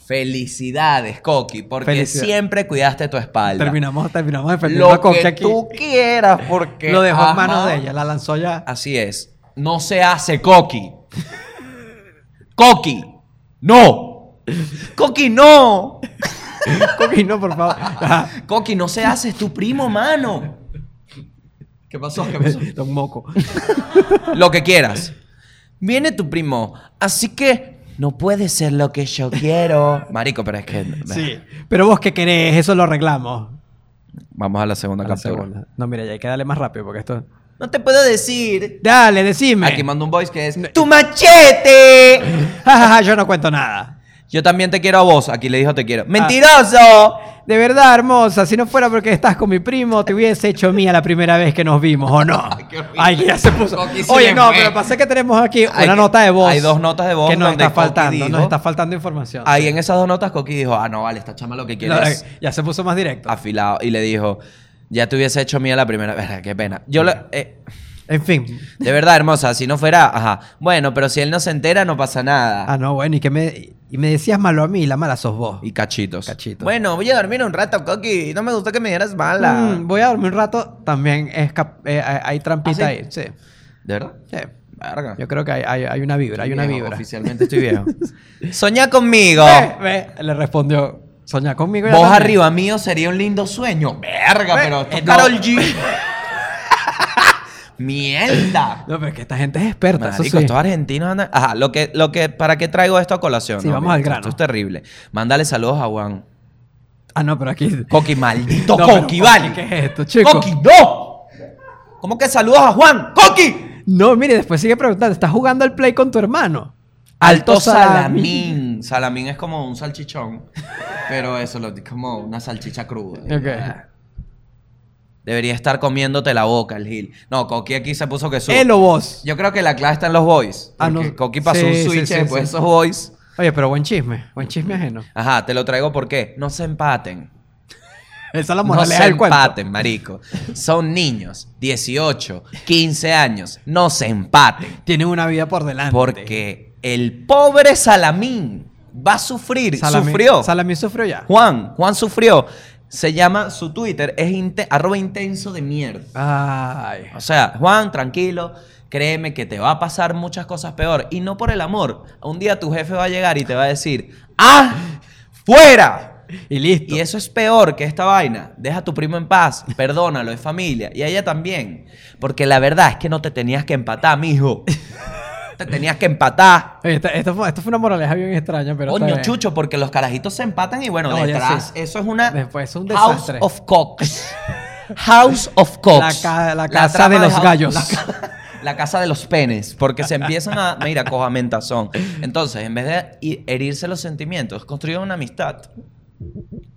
Felicidades, Coqui, porque
Felicidades.
siempre cuidaste tu espalda.
Terminamos, terminamos defendiendo a
lo
Coqui
que
aquí.
tú quieras porque
Lo dejó
ama-
en manos de ella, la lanzó ya.
Así es. No se hace coqui. coqui. No. Coqui no.
<laughs> Coqui, no,
<laughs>
por favor. Ah, Ajá.
Coqui no se hace, es tu primo, mano. ¿Qué pasó? ¿Qué pasó?
Está un moco.
lo que quieras. Viene tu primo, así que no puede ser lo que yo quiero. Marico, pero es que
Sí. Pero vos qué querés, eso lo arreglamos.
Vamos a la segunda
A la
captura.
segunda. No, mira, ya hay que darle más rápido porque esto.
No te puedo decir.
Dale, decime.
Aquí mando un voice que es
No.
¡Tu machete!
Ja, ja, ja, yo no cuento nada.
Yo también te quiero a vos. Aquí le dijo te
Ah.
quiero. ¡Mentiroso!
De verdad, hermosa, si no fuera porque estás con mi primo, te hubiese hecho mía la primera vez que nos vimos,
<laughs>
¿o no? Ay, que ya se puso.
Coqui se
Oye,
le
no,
fue.
pero pasa que tenemos aquí
Hay
una
que-
nota de voz.
hay dos notas de voz
Que nos
donde
está
Coqui
faltando,
dijo-
nos está faltando información.
Ahí en esas dos notas Coqui dijo, ah, no, vale, esta chama lo que quiere
No, eh,
es
ya se puso más
<laughs>
directo.
afilado. Y le dijo, ya te hubiese hecho mía la primera vez, qué pena. Yo la- eh,
En fin.
de verdad, hermosa, si no fuera, ajá. Bueno, pero si él no se entera, no pasa nada.
Ah, no, bueno, y que me. Y me decías malo a mí y la mala sos vos.
Y cachitos.
Cachitos.
Bueno, voy a dormir un rato, Coqui. No me gusta que me dieras mala.
Mm, voy a dormir un rato. También es cap- eh, hay hay trampita
¿Ah, sí?
ahí. Sí.
¿De verdad?
Sí.
Verga.
Yo creo que hay, hay- hay una vibra, hay una
Viejo,
vibra. <laughs> Eh,
Oficialmente estoy viejo. Soñá conmigo.
Ve, ve, le respondió. Soñá conmigo. ya
Vos
también".
arriba mío sería un lindo sueño. Verga,
Ve,
pero esto
eh,
es
no.
<laughs> Karol G. Mierda.
No, pero es que esta gente es experta. eso
Marico,
sí.
estos argentinos andan... Ajá, lo que, lo que, ¿para qué traigo esto a colación?
Sí, vamos al
Esto-
grano.
Esto es terrible. Mándale saludos a Juan.
Ah, no, pero aquí.
Coqui, maldito
<laughs> No, pero,
Coqui,
Coqui,
vale.
¿qué es esto, chico?
Coqui, no. ¿Cómo que saludos a Juan? ¡Coqui!
No, mire, después sigue preguntando. ¿Estás jugando al play con tu hermano?
Alto
salami.
salamín. Salamín es como un salchichón. Pero eso lo como una salchicha cruda.
<laughs>
Ah,
Ok.
Debería estar comiéndote la boca el Gil. No, Coqui aquí se puso que su.
Él o vos.
Yo creo que la clave está en los boys.
Ah,
porque
no.
Coqui pasó
Sí,
un
sí,
switch
sí,
después de
sí.
esos boys.
Oye, pero buen chisme. Buen chisme ajeno.
Ajá, te lo traigo porque no se empaten.
Esa es la
No
moraleja
se
del cuento.
empaten, marico. Son niños, 18, 15 años. No se empaten.
Tienen una vida por delante.
Porque el pobre Salamín va a sufrir.
Salamín-
sufrió.
Salamín sufrió ya.
Juan, Juan sufrió. Se llama, su Twitter es inte- arroba intenso de mierda.
Ay.
O sea, Juan, tranquilo, créeme que te va a pasar muchas cosas peor. Y no por el amor. Un día tu jefe va a llegar y te va a decir, ¡ah! ¡Fuera!
Y listo.
Y eso es peor que esta vaina. Deja a tu primo en paz, perdónalo, es familia. Y a ella también. Porque la verdad es que no te tenías que empatar, mijo. Te tenías que empatar.
Oye, esta- esto, fue, esto fue una moraleja bien extraña, pero. está
Coño,
bien.
chucho, porque los carajitos se empatan y bueno,
No, ya
detrás.
sí.
Eso es una.
Después es un
House
desastre.
of Cocks. House of Cocks.
La ca- la casa
trama
de los
House-
gallos.
La, ca- la casa de los penes. Porque se empiezan a. Mira, cojamentazón. Entonces, en vez de hi- herirse los sentimientos, construyan una amistad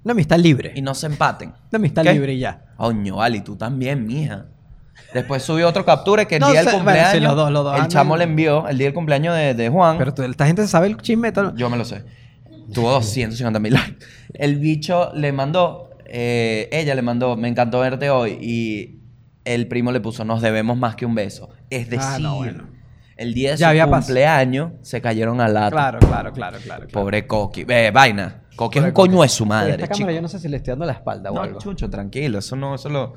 Una amistad libre.
y no se empaten.
Una amistad
¿Qué?
libre y ya.
Coño, vale, y tú también, mija. Después subió otro capture que el
No
día
sé,
del
bueno, sí,
cumpleaños.
los dos, los dos
El
andan-
chamo le envió el día del cumpleaños de, de Juan.
Pero tú- esta gente sabe el chisme. tal-
Yo me lo sé. Tuvo 250 mil likes. El bicho le mandó, eh, ella le mandó, me encantó verte hoy. Y el primo le puso, nos debemos más que un beso. Es decir,
Ah, no, bueno.
el día de
Ya
su
había pas-
cumpleaños se cayeron al lado.
Claro, claro, claro, claro. claro.
Pobre Coqui. Eh, vaina. Coqui es un
Pobre
coño
Coqui.
de su madre,
Esta
chico.
cámara yo no sé si le estoy dando la espalda o
No,
algo.
chucho, tranquilo. Eso no, eso lo...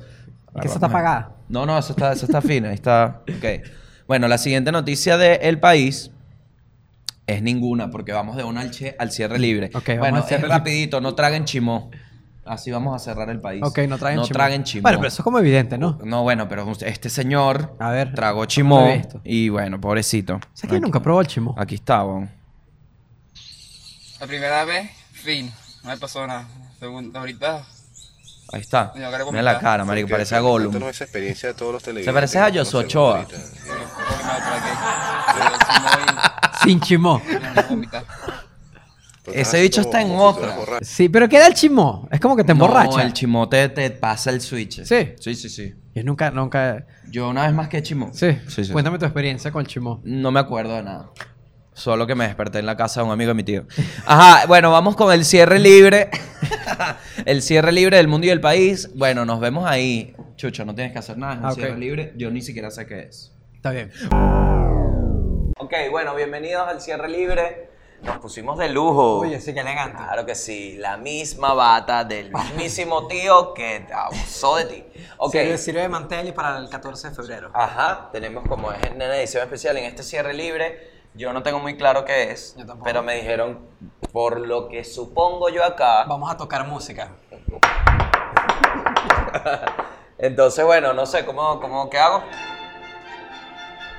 Es que esa está apagada.
No, no, eso está, eso está fino. Ahí está. Ok. Bueno, la siguiente noticia de El País es ninguna, porque vamos de una al, che- al cierre libre.
Ok, vamos
bueno,
al cierre
es
libre.
rapidito, no traguen chimó. Así vamos a cerrar el país.
Ok, no traguen
no
chimó.
Traguen chimó.
Bueno, pero eso es como evidente, ¿no?
No, bueno, pero este señor
A ver,
tragó
no
chimó
lo he visto.
y bueno, pobrecito.
O sea, que yo nunca probó el chimó.
Aquí está, bon.
La primera vez, fin, no me pasó nada. Segunda, ahorita
Ahí está.
Yo quiero
Mira la
vomitar.
cara, marico, parece a Gollum.
Cuéntanos esa experiencia de todos los televidentes.
parece a
que
Joshua
conocemos
Ochoa.
ahorita.
creo que me atraqué.
<laughs>
Sin chimó.
Yo no voy a vomitar.
Pues
Ese
estás
bicho
así
está
como-
en
como si fueras
otra.
borracho.
Sí, pero ¿qué da el chimó? Es como que te emborracha.
No, el chimó te, te pasa el switch.
Sí.
Sí, sí, sí.
Yo nunca, nunca.
Yo una vez más que chimó.
Sí.
sí, sí.
Cuéntame tu experiencia con el chimó.
No me acuerdo de nada. Solo que me desperté en la casa de un amigo de mi tío. Ajá, bueno, vamos con el cierre libre. <laughs> el cierre libre del mundo y del país. Bueno, nos vemos ahí. Chucho, no tienes que hacer nada, es un
Ah, ok.
cierre libre. Yo ni siquiera sé qué es.
Está bien.
Ok, bueno, bienvenidos al cierre libre. Nos pusimos de lujo.
Oye, sí, qué elegante.
Claro que sí, la misma bata del mismísimo tío que abusó de ti. Ok.
de mantel y para el 14 de febrero.
Ajá, tenemos como es en una edición especial, en este cierre libre, yo no tengo muy claro qué es, pero me dijeron, por lo que supongo yo acá,
Vamos a tocar música.
entonces bueno, no sé, ¿cómo, cómo qué hago?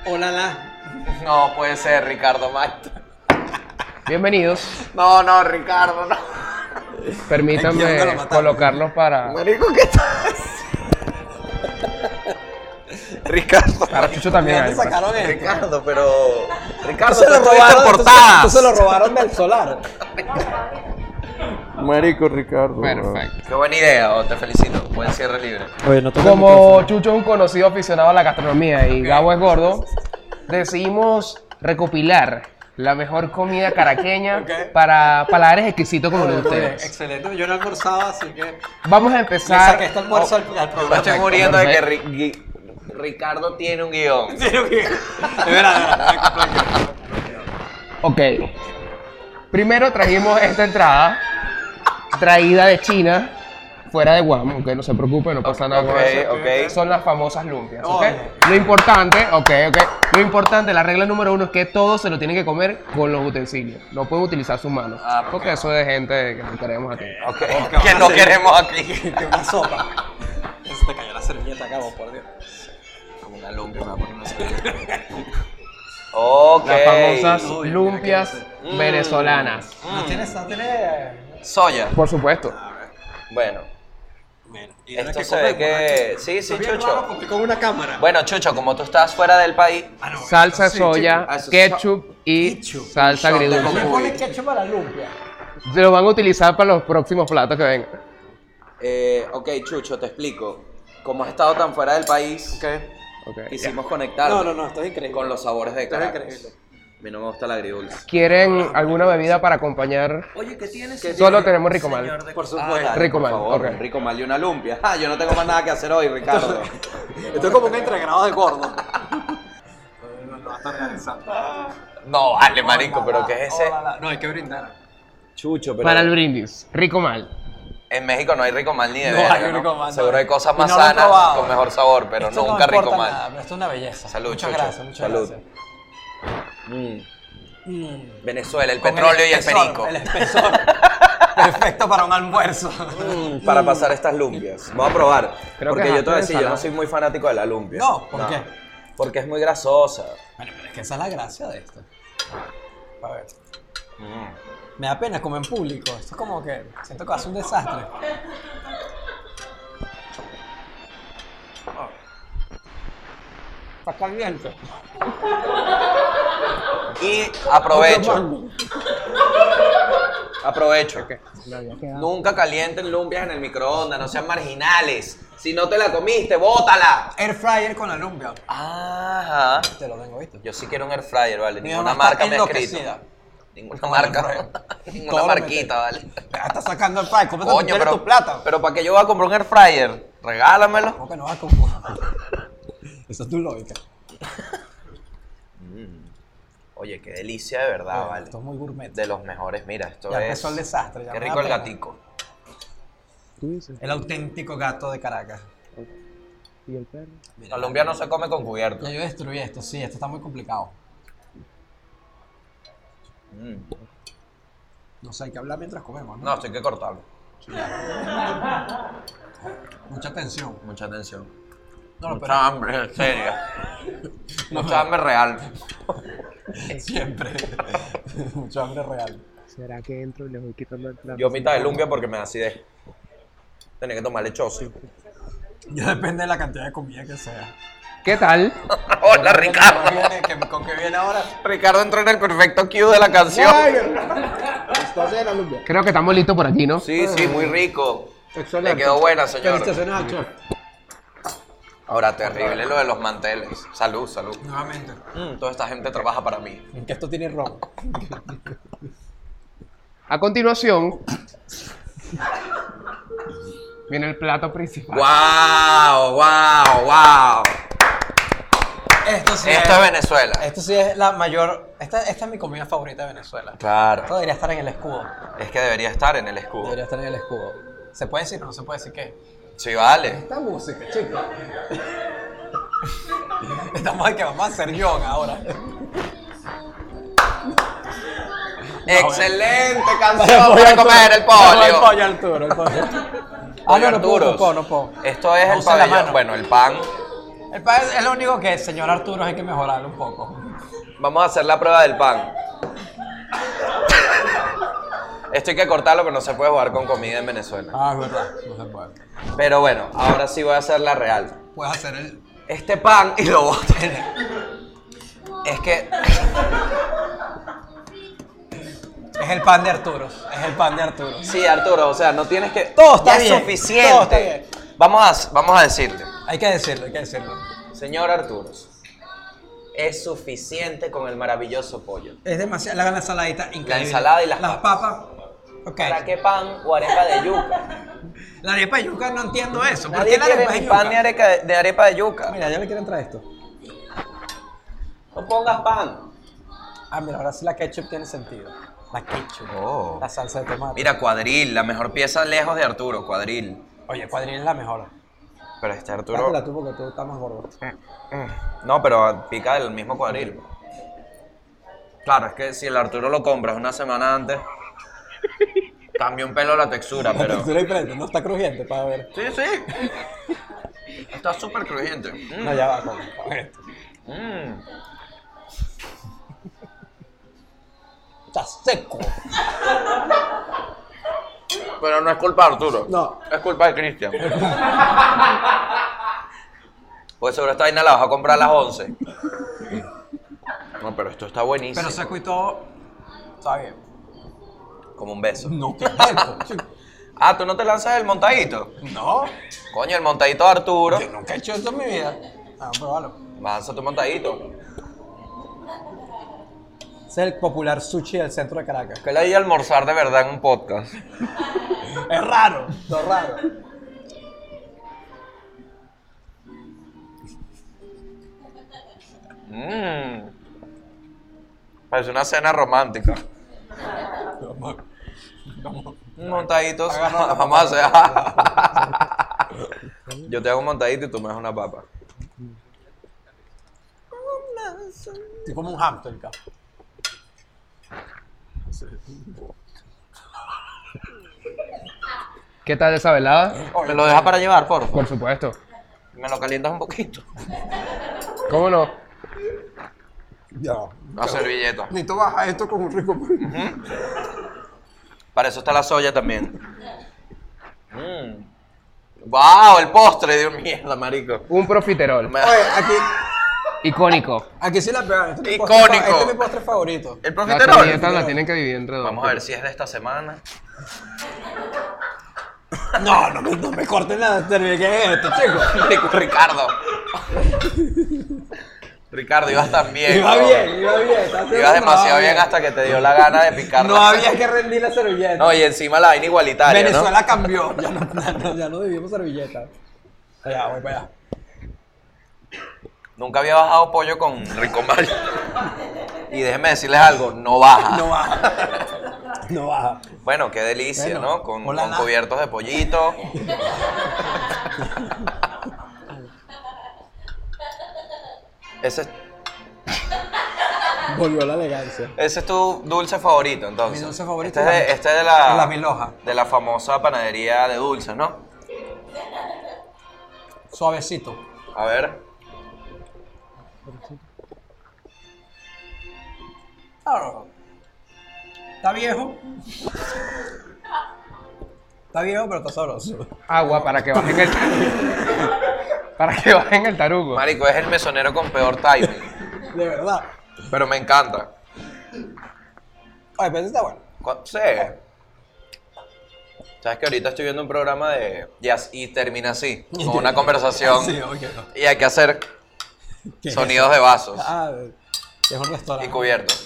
Hola, la.
<laughs> No puede ser, Ricardo Mato. Bienvenidos. No, no, Ricardo, no.
Permítanme
colocarlos para.
Marico, ¿qué estás? Ricardo.
Para Chucho también. pues. hay, para-
Ricardo, pero... Ricardo,
se
tú
lo
estuviste en
robaron, tú se-
portadas.
tú se lo robaron del solar.
Perfecto.
Qué buena idea, oh, te felicito. Buen cierre libre.
Oye, no toques
Como Chucho es un conocido aficionado a la gastronomía y Gabo es gordo, decidimos recopilar la mejor comida caraqueña para paladares exquisitos como los de ustedes.
Excelente, yo no almorzaba, así que.
Vamos a empezar.
Este almuerzo al,
Yo me estoy muriendo de que Ri- Gui- Ricardo tiene un guión.
Ok. Primero trajimos esta entrada, traída de China, fuera de Guam, aunque no se preocupe, no pasa nada con
ok,
eso.
ok.
Son las famosas lumpias, ¿ok? Lo importante, ok, ok. Lo importante, la regla número uno es que todos se lo tienen que comer con los utensilios. No pueden utilizar sus manos.
Ah,
porque eso es de gente que no queremos aquí.
Ok, que no queremos aquí.
<laughs> que una sopa. Se te cayó la servilleta, cabo, por Dios. Como una longa, una una servilleta.
Ok.
Las famosas
Uy, mira Mm.
lumpias venezolanas.
No tienes, no tienes.
Soya.
Por supuesto.
Ah,
Bueno.
Bueno, y ahora
Esto
que
se ve
comemos,
que...
aquí.
Sí, sí,
Estoy bien raro
Chucho.
porque con una cámara.
Bueno, Chucho, como tú estás fuera del país,
Ah, no,
Salsa de
sí,
soya,
chico. Ah, eso es
ketchup y
Ketchup.
salsa
Shot de
agridulce.
so- Le
Uy.
pones ketchup a la lumpia.
Se lo van a utilizar para los próximos platos que vengan.
eh, ok, Chucho, te explico. Como has estado tan fuera del país,
Ok, ya.
quisimos conectar
No, no, no, esto es increíble.
con los sabores de
Esto es
Caracas.
increíble.
A mí no me gusta la agridulce.
¿Quieren alguna bebida para acompañar?
Oye, ¿qué tienes?
Solo tenemos rico mal.
Por supuesto.
dale,
Rico
Ah, por
mal,
favor,
ok.
un Rico mal y una lumpia. Ah, yo no tengo más nada que hacer hoy, Ricardo.
Esto es como un entregrado de gordo. No, no, está organizado.
<laughs> no, vale, marico, pero ¿qué es ese?
No, hay que brindar.
Chucho, pero
Para el brindis, rico mal.
en México no hay rico mal ni de
No
verga,
hay rico mal, no.
Seguro hay cosas
Y
más
no lo he
sanas
probado.
con mejor sabor, pero
Esto no
nunca rico
importa
mal.
nada, pero esto es una belleza.
Salud,
muchas
Chucho.
gracias, muchas
Salud.
gracias.
Mm.
Mm.
Venezuela, el
Con
petróleo y el
espesor,
perico.
El espesor. <laughs> Perfecto para un almuerzo. <laughs>
Mm, para pasar estas lumpias. Vamos a probar.
Creo
porque
que es
yo te voy a
antes
decir,
de
yo no
ensalada.
soy muy fanático de la lumpia.
No, ¿por qué?
Porque es muy grasosa.
Bueno, pero es que esa es la gracia de esto. A ver.
Mm.
Me da pena comer en público. Esto es como que siento que va a ser un desastre. Está caliente.
Y aprovecho. Aprovecho. Nunca calienten lumpias en el microondas, no sean marginales. Si no te la comiste, bótala.
Air fryer con la lumpia.
Ajá.
Te lo tengo, ¿viste?
Yo sí quiero un air fryer, vale.
Mi
Ninguna
mamá
marca
está
me ha escrito.
enloquecida.
Ninguna marca. <laughs> Ninguna
Todo lo
marquita, vale.
Estás sacando el fryer. Cómprate
Coño,
tu,
pero,
tu plata.
pero ¿para qué yo voy a comprar un air fryer? Regálamelo.
¿Cómo que no vas a comprar? <laughs> Esa es tu lógica.
Oye, qué delicia de verdad,
Oye,
vale.
Esto es muy gourmet.
De los mejores, mira, esto
Ya
es.
empezó el desastre, ya
Qué
me
rico
da
el
pena.
gatico.
El auténtico gato de Caracas. Mira,
Colombia no se come con cubierto.
Ya yo destruí esto, sí, esto está muy complicado. No sé, hay que hablar mientras comemos,
No,
Mm. ¿no?
esto hay que cortarlo.
Mucha tensión.
Mucha atención.
No, no,
Mucha
pero
hambre, en <laughs> serio. Mucha hambre real.
<laughs> siempre. <laughs> Mucha hambre real.
¿Será que entro y les voy quitando el plato?
Yo mitad de lumpia porque me da acidez. Tenía que tomar <laughs> lechoso.
Ya depende de la cantidad de comida que sea.
¿Qué tal?
Hola, Ricardo.
Viene, que- ¿Con qué viene ahora?
Ricardo entró en el perfecto cue de la canción.
Creo que estamos listos por aquí, ¿no?
Sí, sí, muy rico. Le quedó buena, señor.
Felicitaciones al chef.
Ahora, terrible lo de los manteles. Salud, salud.
Nuevamente.
Mm, toda esta gente trabaja para mí.
Que esto tiene ron.
A continuación, viene el plato principal.
¡Wow! ¡Wow! ¡Wow!
Esto sí
Esto es Venezuela.
Esto sí es la mayor. Esta, esta es mi comida favorita de Venezuela. Esto
Claro.
debería estar en el escudo.
Es que debería estar en el escudo.
Debería estar en el escudo. ¿Se puede decir o no se puede decir qué?
Sí, vale.
Esta música, chicos. <laughs> Estamos aquí, vamos a hacer yoga <laughs> ahora.
¡Excelente canción para comer el
El
pollo!
pollo Arturo, el pollo. <laughs> Ah,
Pollo
no, no puedo, no
Arturos.
puedo, no puedo.
Esto es
No
el
usa la
pabellón.
mano.
Bueno, el pan.
El pan es lo único que, señor Arturo, hay que mejorarlo un poco.
Vamos a hacer la prueba del pan. Esto hay que cortarlo, pero no se puede jugar con comida en Venezuela.
Ah, es verdad, no se puede.
Pero bueno, ahora sí voy a hacer la real.
Puedes hacer el.
Este pan y lo boto. Es que
Es el pan de Arturo, es el pan de Arturo.
Sí, Arturo, o sea, no tienes que.
Todo está
Ya
bien,
Es suficiente.
todo está bien.
Vamos, a, vamos a decirle,
Hay que decirlo, hay que decirlo.
señor Arturo, es suficiente con el maravilloso pollo.
Es demasiado, la ensaladita increíble.
ensalada y las
papas. Ok.
¿Para qué pan o arepa de yuca?
La arepa de yuca no entiendo eso. ¿Por
Nadie
qué la arepa
quiere
de
ni
yuca?
pan ni areca de, de arepa de yuca.
Mira, ya le quiero entrar esto.
No pongas pan.
Ah, mira, ahora sí la ketchup tiene sentido. La ketchup.
Oh.
La salsa de tomate.
Mira, Cuadril, la mejor pieza lejos de Arturo, Cuadril.
Oye, cuadril es la mejor.
Pero este Arturo...
Dátela tú porque tú estás más gordo.
No, pero pica del mismo cuadril. Claro, es que si el Arturo lo compras una semana antes, cambia un pelo la textura,
La <laughs>
pero...
textura es diferente, no está crujiente para ver.
Sí, sí. Está súper crujiente.
No, ya va, come. come esto.
Mm.
Está seco.
Pero no es culpa de Arturo.
No.
Es culpa de Cristian. pues seguro esta vaina la vas a comprar a las 11. No, pero esto está buenísimo.
Pero seco y todo. Está bien.
Como un beso.
No, qué <laughs> seco. chico.
Ah, ¿tú no te lanzas el montadito?
No.
Coño, el montadito de Arturo.
Yo nunca he hecho eso en mi vida. Ah, Vamos a probarlo.
Lanza tu montadito.
Es el popular sushi del centro de Caracas.
Que le hay almorzar de verdad en un podcast.
Es raro. Lo raro.
Mmm. Parece una cena romántica. Un montadito. Vamos a hacer- <laughs> Yo te hago un montadito y tú me das una papa.
Estoy como un hamster, cabrón.
¿Qué tal esa velada?
¿Me lo dejas para llevar, por
Por
favor?
supuesto.
Me lo calientas un
<laughs>
poquito.
¿Cómo no?
La servilleta.
Ni tú bajas esto con un rico.
Para eso está la soya también. Mm. ¡Wow! El postre, Dios mierda, marico.
Un profiterol.
Me-
<laughs> Oye, aquí,
Icónico.
aquí sí la pegaron. Este es mi
Icónico.
postre fa- Este es mi postre favorito.
El
Las
profiterol.
servilletas la tienen que dividir entre dos.
Vamos a ver si es de esta semana. <laughs>
No, no me, no me corten nada. ¿Qué es esto, chico?
Marico, Ricardo. <laughs> Ricardo, ibas tan bien.
Iba
¿no?
bien, iba bien. estaba haciendo
Ibas
el
demasiado
trabajo
bien hasta que te dio la gana de picar.
No
la-
había que rendir la servilleta.
No, y encima la vaina igualitaria, ¿no?
Venezuela cambió. Ya no, ya no, ya no dividimos servilletas. Allá, voy para allá.
Nunca había bajado pollo con Rincón Valle. Y déjenme decirles algo, no baja.
No baja. <laughs> No baja.
Bueno, qué delicia,
Bueno,
¿no? Con,
hola,
con
la-
cubiertos de pollito. ese, es,
Volvió la elegancia.
ese es tu dulce favorito, entonces.
Mi dulce favorito
Este es de,
es la-
este es de la,
la milhoja.
De la famosa panadería de dulces, ¿no?
Suavecito.
A ver.
Claro. Oh. Está viejo. Está viejo, pero está sabroso.
Agua para que bajen el.
<laughs>
para que bajen el tarugo.
Marico, es el mesonero con peor timing.
De verdad.
pero me encanta.
Oye, pero este está bueno.
Cu- Sí. Sabes que ahorita estoy viendo un programa de jazz y termina así,
<laughs>
con una conversación.
Ah, Sí, oye. no.
Y hay que hacer
¿Qué?
sonidos de vasos
Ah, es un
y
restaurante.
cubiertos.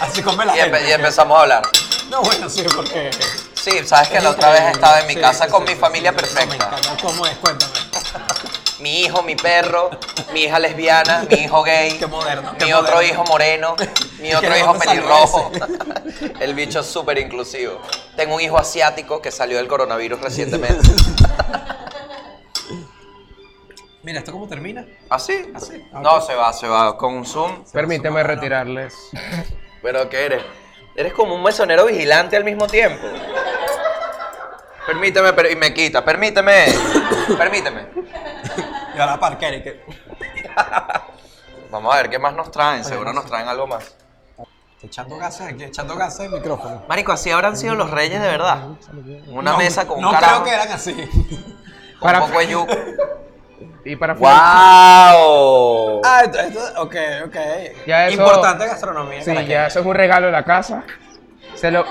Así come la
Y, empe-
gente.
y empezamos a hablar.
No, bueno, sí, porque...
Sí, sabes que la otra vez estaba en mi
Sí,
casa
sí,
con
sí,
mi
sí,
familia
sí. Me
perfecta.
encanta cómo es, cuéntame.
Mi hijo, mi perro, mi hija lesbiana, mi hijo gay,
Qué moderno, qué
mi otro
moderno.
hijo moreno, mi
<laughs> ¿Y
otro
qué,
hijo
dónde salió
pelirrojo. <laughs> El bicho es súper inclusivo. Tengo un hijo asiático que salió del coronavirus
<laughs>
recientemente.
Mira, ¿esto cómo termina?
¿Así? ¿Ah, No, se va, se va. Con un zoom.
Permíteme retirarles.
¿Pero qué eres? Eres como un mesonero vigilante al mismo tiempo. Permíteme, pero- y me quita. Permíteme.
<coughs>
permíteme.
Y ahora parquera y que... uh,
Vamos a ver qué más nos traen. Seguro nos traen algo más.
Echando gases aquí, echando gases en el micrófono.
Marico, así habrán sido los reyes de verdad. Una mesa con un
No
carajo,
creo que eran así. <laughs>
con un poco de yuca.
Y para
¡Wow!
Ah, esto, esto, ok, ok.
Ya eso-
Importante gastronomía.
Sí,
caraqueña.
ya eso es un regalo de la casa. Se lo,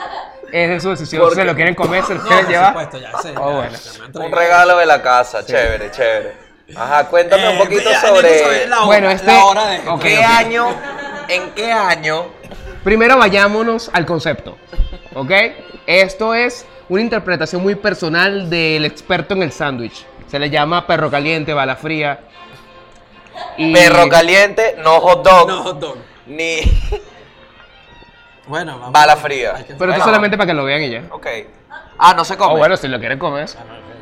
es de su decisión.
¿Por
Se
qué?
lo quieren comer, se lo
No,
quieren
por
llevar.
supuesto, ya, sí,
Oh,
ya,
bueno.
ya me han
Un
traído.
regalo de la casa. Chévere, chévere. Ajá, cuéntame un
Eh,
poquito
ya, necesito
sobre...
saber la hora-
Bueno, este-
La hora de...
ok.
¿Qué año? ¿En qué año?
Primero vayámonos al concepto. ¿Ok? Esto es una interpretación muy personal del experto en el sándwich. Se le llama perro caliente, bala fría. Y
Perro caliente, no hot dog.
No, hot dog.
Ni.
Bueno,
<laughs>
vamos.
Bala fría.
Hay que-
Pero
Bueno.
tú solamente para que lo vean y ya.
Ok. Ah, no se come.
Oh, bueno, si lo quieren comer.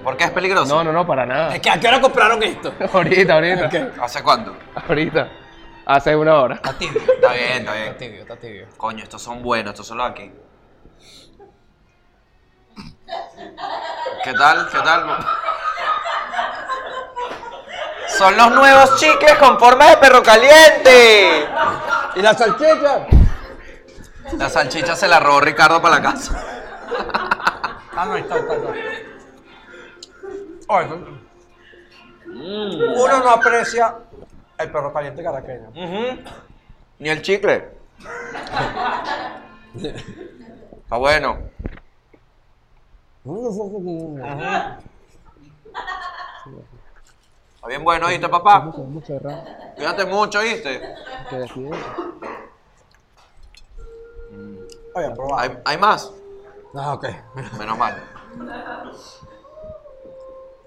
Porque es peligroso.
No, no, no, para nada.
Es que, ¿A qué hora compraron esto?
<laughs> Ahorita, ahorita.
¿Hace cuándo?
Ahorita. Hace una hora.
Está tibio.
Está bien, está bien.
Está tibio, está tibio.
Coño, estos son buenos, estos son los aquí. ¿Qué tal? ¿Qué tal? Son los nuevos chicles con forma de perro caliente.
¿Y la salchicha?
La salchicha se la robó Ricardo para la casa.
Ah, no, está, está, está.
Oh,
Oye, Uno no aprecia el perro caliente caraqueño.
Ni el chicle. Está bueno. Está bien bueno, ¿oíste, papá? Cuídate mucho, ¿oíste?
Oye, probado.
¿Hay, hay más?
Ah, ok.
Menos mal.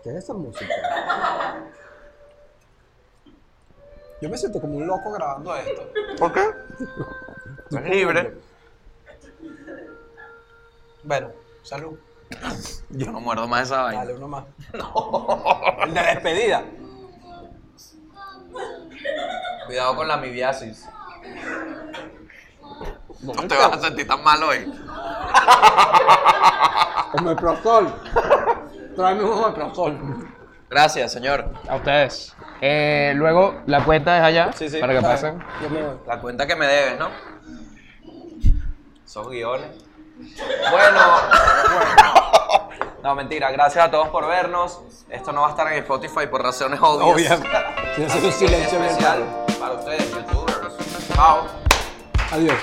¿Qué es esa música? Yo me siento como un loco grabando esto.
¿Por qué? Es libre.
Bueno, salud.
Yo no muerdo más esa vaina.
Dale,
<laughs>
uno más. El de despedida.
Cuidado con la amibiasis. No te vas a sentir tan mal hoy.
Como el prosol. Tráeme un omeprazol.
Gracias, señor.
A ustedes. Eh, luego la cuenta es allá
Sí, sí.
para que pasen.
Yo me voy.
La cuenta que me debes, ¿no? Esos guiones. Bueno. No, mentira. Gracias a todos por vernos. Esto no va a estar en Spotify por razones obvias. <laughs>
Si hacer un silencio bien
Especial
raro.
para ustedes, youtubers. Chao.
Adiós.